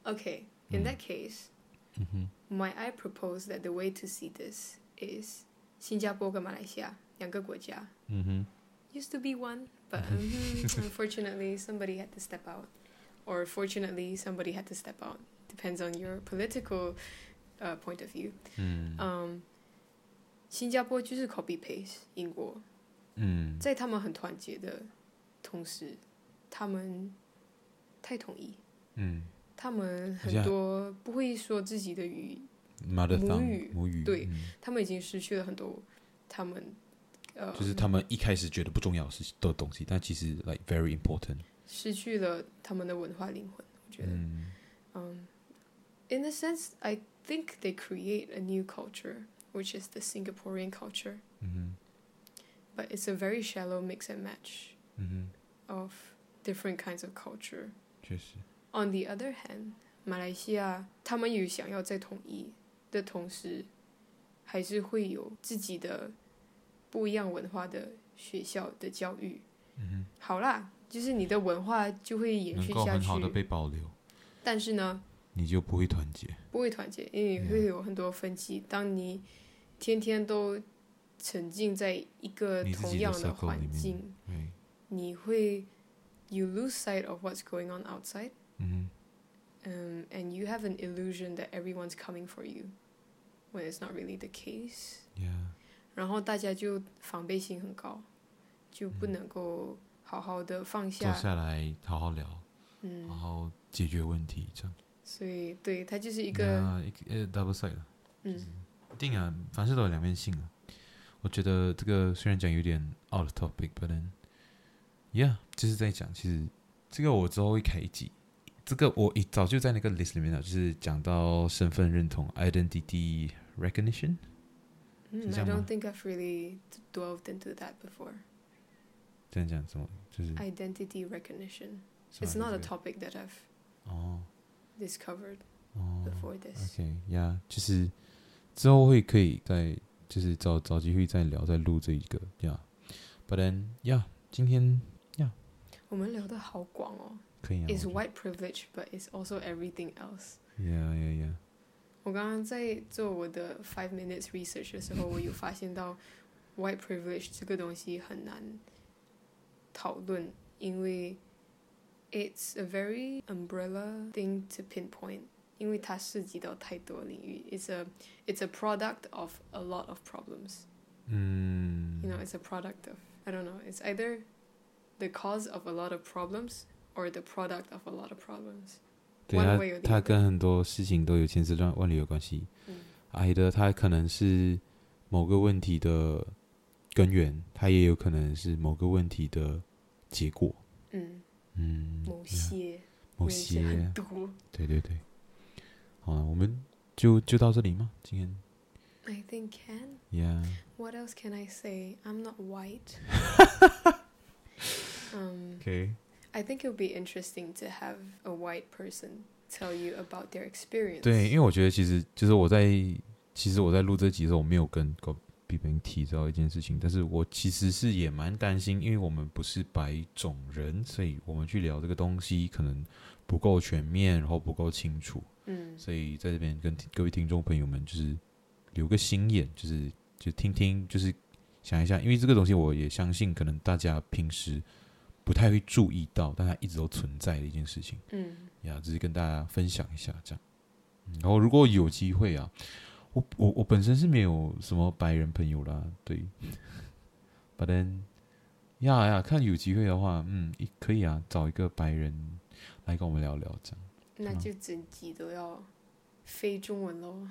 S2: Okay, in that case,
S1: 嗯
S2: might I propose that the way to see this is 新加坡跟马来西亚两个国家
S1: 嗯哼，
S2: used to be one, but mhm, unfortunately somebody had to step out, or fortunately somebody had to step out. Depends on your political uh, point of view.
S1: 嗯
S2: Um, 新加坡就是 copy paste 英国。
S1: 嗯
S2: 在他们很团结的同时，他们太统一，
S1: 嗯
S2: 他们
S1: 好像
S2: 很多不会说自己的语，
S1: ，mother
S2: 母
S1: tongue
S2: 语
S1: 母语
S2: 对
S1: 嗯
S2: 他们已经失去了很多他们呃，
S1: 就是他们一开始觉得不重要的事的东西，但其实 like very important。
S2: 失去了他们的文化灵魂。我觉得，
S1: 嗯
S2: 嗯、i n a sense, I think they create a new culture, which is the Singaporean culture,
S1: 嗯哼
S2: but it's a very shallow mix and match
S1: 嗯哼，
S2: of different kinds of culture.
S1: 确实，
S2: On the other hand，马来西亚他们有想要在统一的同时，还是会有自己的不一样文化的学校的教育。
S1: 嗯
S2: 好啦，就是你的文化就会
S1: 哼，
S2: 延
S1: 能
S2: 续
S1: 够
S2: 下
S1: 很
S2: 去
S1: 好，的被保留，
S2: 但是呢，
S1: 你就不会团结。
S2: 不会团结，因为你会有很多分歧。当你天天都沉浸在一个
S1: 你自己
S2: 同
S1: 的
S2: 样
S1: circle 里
S2: 环
S1: 面
S2: 境，
S1: 对，
S2: 你会 you lose sight of what's going on outside。
S1: 嗯
S2: um, and you have an illusion that everyone's coming for you when it's not really the case.
S1: 哼，Yeah，
S2: 然后大家就防备心很高，就不能够好好的放
S1: 坐
S2: 下。
S1: 下来好好聊，
S2: 嗯，
S1: 然后解决问题，这样
S2: 所以对它就是一个、
S1: Yeah，一个呃 double side 了。
S2: 嗯
S1: 一定啊，凡事都有两面性啊。我觉得这个虽然讲有点 out of topic，but then yeah，就是在讲，其实这个我之后会开一集，这个我一早就在那个 list 里面了，就是讲到身份认同 identity recognition。
S2: 嗯
S1: 是这样
S2: ，I
S1: 吗
S2: don't think I've really delved into that before.
S1: 这样讲什么？就是
S2: Identity recognition.
S1: 什么
S2: 哎 It's not a
S1: 就是
S2: topic that I've
S1: 哦
S2: discovered
S1: 哦
S2: before this.
S1: ，OK 呀、yeah,，就是之后会可以再就是找找机会再聊再录这一个呀、yeah.，but then yeah，今天
S2: 我们聊的好广哦。
S1: 可以啊
S2: It's
S1: 我觉得
S2: white privilege, but it's also everything else.
S1: yeah yeah yeah。
S2: 我刚刚在做我的 five minutes research 的时候，我有发现到 white privilege 这个东西很难讨论，因为 it's a very umbrella thing to pinpoint，因为它涉及到太多领域。It's a it's a product of a lot of problems.
S1: 嗯
S2: You know, it's a product of I don't know. It's either the cause of a lot of problems or the product of a lot of problems.
S1: 对
S2: one
S1: 它
S2: way or the
S1: 它
S2: other
S1: 跟很多事情都有千丝万万缕的关系。
S2: 嗯
S1: 矮的它可能是某个问题的根源，它也有可能是某个问题的结果。
S2: 嗯，
S1: 嗯，
S2: 某些
S1: 某
S2: 些很
S1: 些，
S2: 多。
S1: 对对对。好了，我们就就到这里吗？今天
S2: I think can.
S1: ，Yeah，
S2: What else can I say? I'm not white. um,
S1: OK，
S2: I think it would be interesting to have a white person tell you about their experience.
S1: 对，因为我觉得其实就是我在其实我在录这集的时候，我没有跟高比平提到一件事情，但是我其实是也蛮担心，因为我们不是白种人，所以我们去聊这个东西可能不够全面，然后不够清楚，
S2: 嗯
S1: 所以在这边跟各位听众朋友们就是留个心眼，就是就听听，就是想一下，因为这个东西我也相信，可能大家平时不太会注意到，但它一直都存在的一件事情。
S2: 嗯
S1: 呀，只是跟大家分享一下这样。嗯然后如果有机会啊，我我我本身是没有什么白人朋友啦，对。But then，呀呀，看有机会的话，嗯，一可以啊，找一个白人来跟我们聊聊这样。
S2: 那就整集都要非中文喽。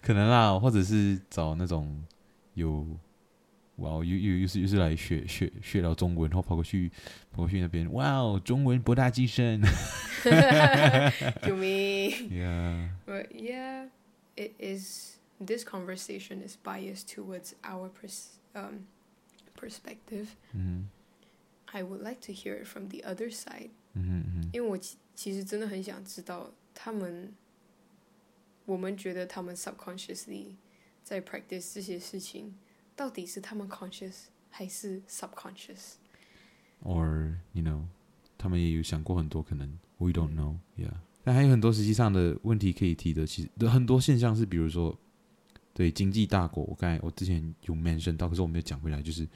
S1: 可能啦，或者是找那种有，哇，又又又是又是来学学学聊中文，然后跑过去跑过去那边，哇哦，中文博大精深
S2: 救命
S1: ，Yeah，
S2: ！But yeah, it is. This conversation is biased towards our pers um perspective.
S1: 嗯
S2: I would like to hear it from the other side.
S1: 嗯哼嗯哼
S2: 因为我其其实真的很想知道他们，我们觉得他们 subconsciously 在 practice 这些事情，到底是他们 conscious 还是 subconscious？
S1: ，or you know，他们也有想过很多可能，we don't know，Yeah，但还有很多实际上的问题可以提的，其实很多现象是，比如说，对经济大国，我刚才我之前有 mention 到，可是我没有讲回来，就是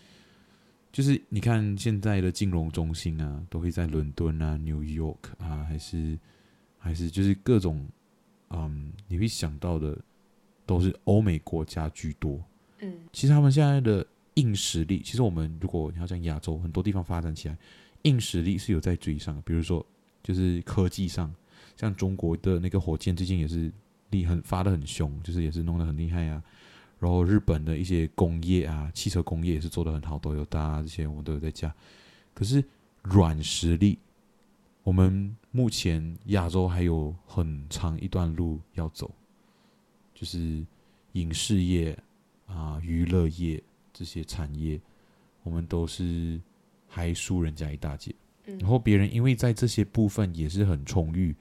S1: 就是你看现在的金融中心啊，都会在伦敦啊、New York 啊，还是还是就是各种，嗯，你会想到的都是欧美国家居多，
S2: 嗯
S1: 其实他们现在的硬实力，其实我们如果你要讲亚洲很多地方发展起来，硬实力是有在追上的。比如说，就是科技上，像中国的那个火箭最近也是厉很发的很凶，就是也是弄得很厉害啊。然后日本的一些工业啊，汽车工业也是做得很好，都有搭这些我们都有在加。可是软实力，我们目前亚洲还有很长一段路要走，就是影视业啊、娱乐业这些产业，我们都是还输人家一大截。
S2: 嗯，
S1: 然后别人因为在这些部分也是很充裕，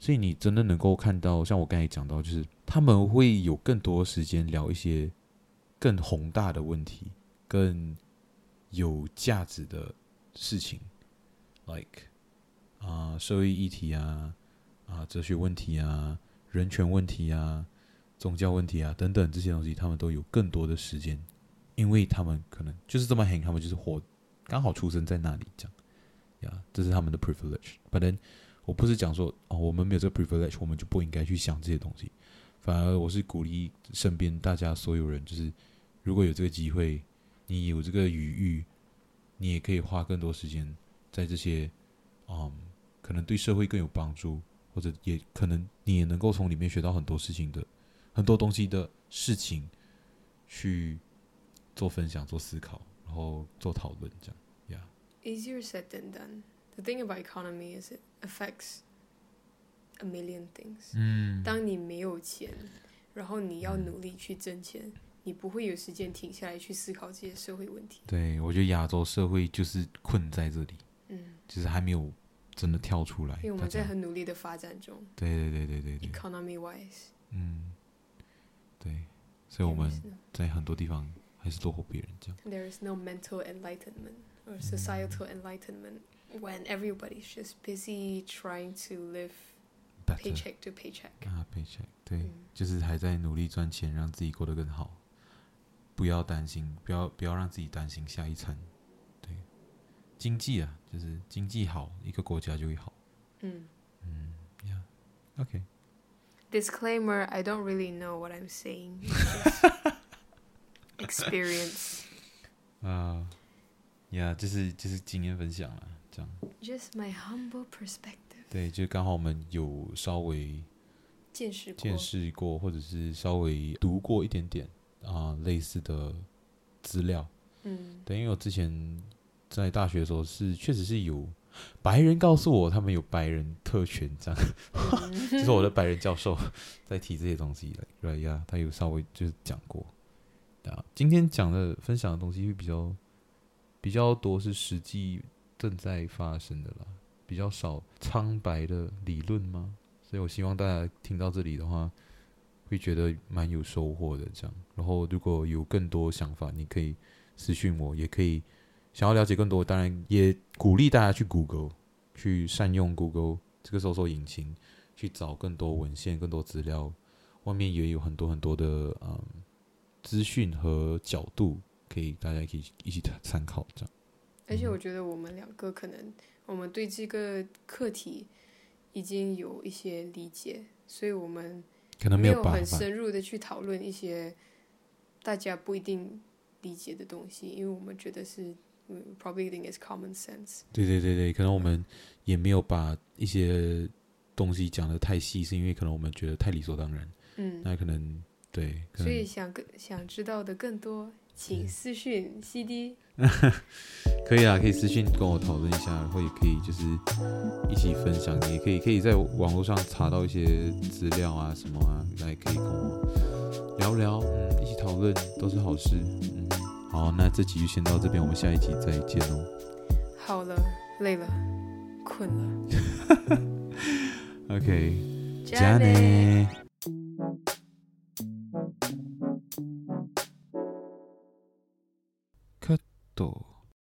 S1: 所以你真的能够看到，像我刚才讲到，就是他们会有更多时间聊一些更宏大的问题，更有价值的事情，like 啊、社会议题啊，啊、哲学问题啊，人权问题啊，宗教问题啊等等这些东西，他们都有更多的时间，因为他们可能就是这么 hang，他们就是活刚好出生在那里这样。呀，这是他们的 privilege。反正我不是讲说哦，我们没有这个 privilege，我们就不应该去想这些东西。反而我是鼓励身边大家所有人，就是如果有这个机会，你有这个余裕，你也可以花更多时间在这些，嗯，可能对社会更有帮助，或者也可能你也能够从里面学到很多事情的，很多东西的事情去做分享、做思考，然后做讨论，这样。
S2: easier said than done. The thing about economy is it affects a million things.
S1: 嗯
S2: 当你没有钱，然后你要努力去挣钱，你不会有时间停下来去思考这些社会问题。
S1: 对，我觉得亚洲社会就是困在这里，
S2: 嗯，
S1: 就是还没有真的跳出来。
S2: 因为我
S1: 哎大
S2: 们
S1: 家
S2: 在很努力的发展中
S1: 对对对对对对，
S2: ，economy wise，
S1: 嗯，对，所以我们
S2: there is no-
S1: 在很多地方还是落后别人这样。
S2: there is no mental enlightenment or societal enlightenment when everybody's just busy trying to live
S1: better
S2: paycheck to paycheck。
S1: 啊，paycheck，对，
S2: 嗯
S1: 就是还在努力赚钱，让自己过得更好，不要担心，不要不要让自己担心下一餐，对，经济啊，就是经济好，一个国家就会好，
S2: 嗯
S1: 嗯，Yeah，OK，、
S2: ，Disclaimer: I don't really know what I'm saying. It's just Experience,
S1: 啊、呀，就是就是经验分享啦，这样，
S2: just my humble perspective.
S1: 对，就刚好我们有稍微
S2: 见识过，
S1: 见识过，或者是稍微读过一点点啊、类似的资料。
S2: 嗯
S1: 对，因为我之前在大学的时候是确实是有白人告诉我他们有白人特权这样，
S2: 嗯
S1: 就是我的白人教授在提这些东西来，对呀，他有稍微就是讲过。对啊，今天讲的分享的东西会比较比较多是实际正在发生的啦，比较少苍白的理论吗？所以我希望大家听到这里的话，会觉得蛮有收获的。这样，然后如果有更多想法，你可以私信我，也可以想要了解更多，当然也鼓励大家去 Google，去善用 Google 这个搜索引擎，去找更多文献、更多资料。外面也有很多很多的嗯资讯和角度，可以大家可以一起参考。这样，
S2: 而且我觉得我们两个可能，我们对这个课题已经有一些理解，所以我们
S1: 可能
S2: 没
S1: 有办
S2: 很
S1: 法，
S2: 深入的去讨论一些大家不一定理解的东西，因为我们觉得是嗯 probably think is common sense。
S1: 对对对对，可能我们也没有把一些东西讲的太细，是因为可能我们觉得太理所当然。
S2: 嗯，
S1: 那可能对，可
S2: 所
S1: 能嗯
S2: 以想更想知道的更多，请私讯 CD。
S1: 可以啊，可以私信跟我讨论一下，然后也可以就是一起分享。你也可以可以在网络上查到一些资料啊什么啊，那也可以跟我聊聊，嗯，一起讨论都是好事。嗯，好，那这集就先到这边，我们下一集再见哦。
S2: 好了，累了，困了，
S1: OK，
S2: 加呗。
S1: カット。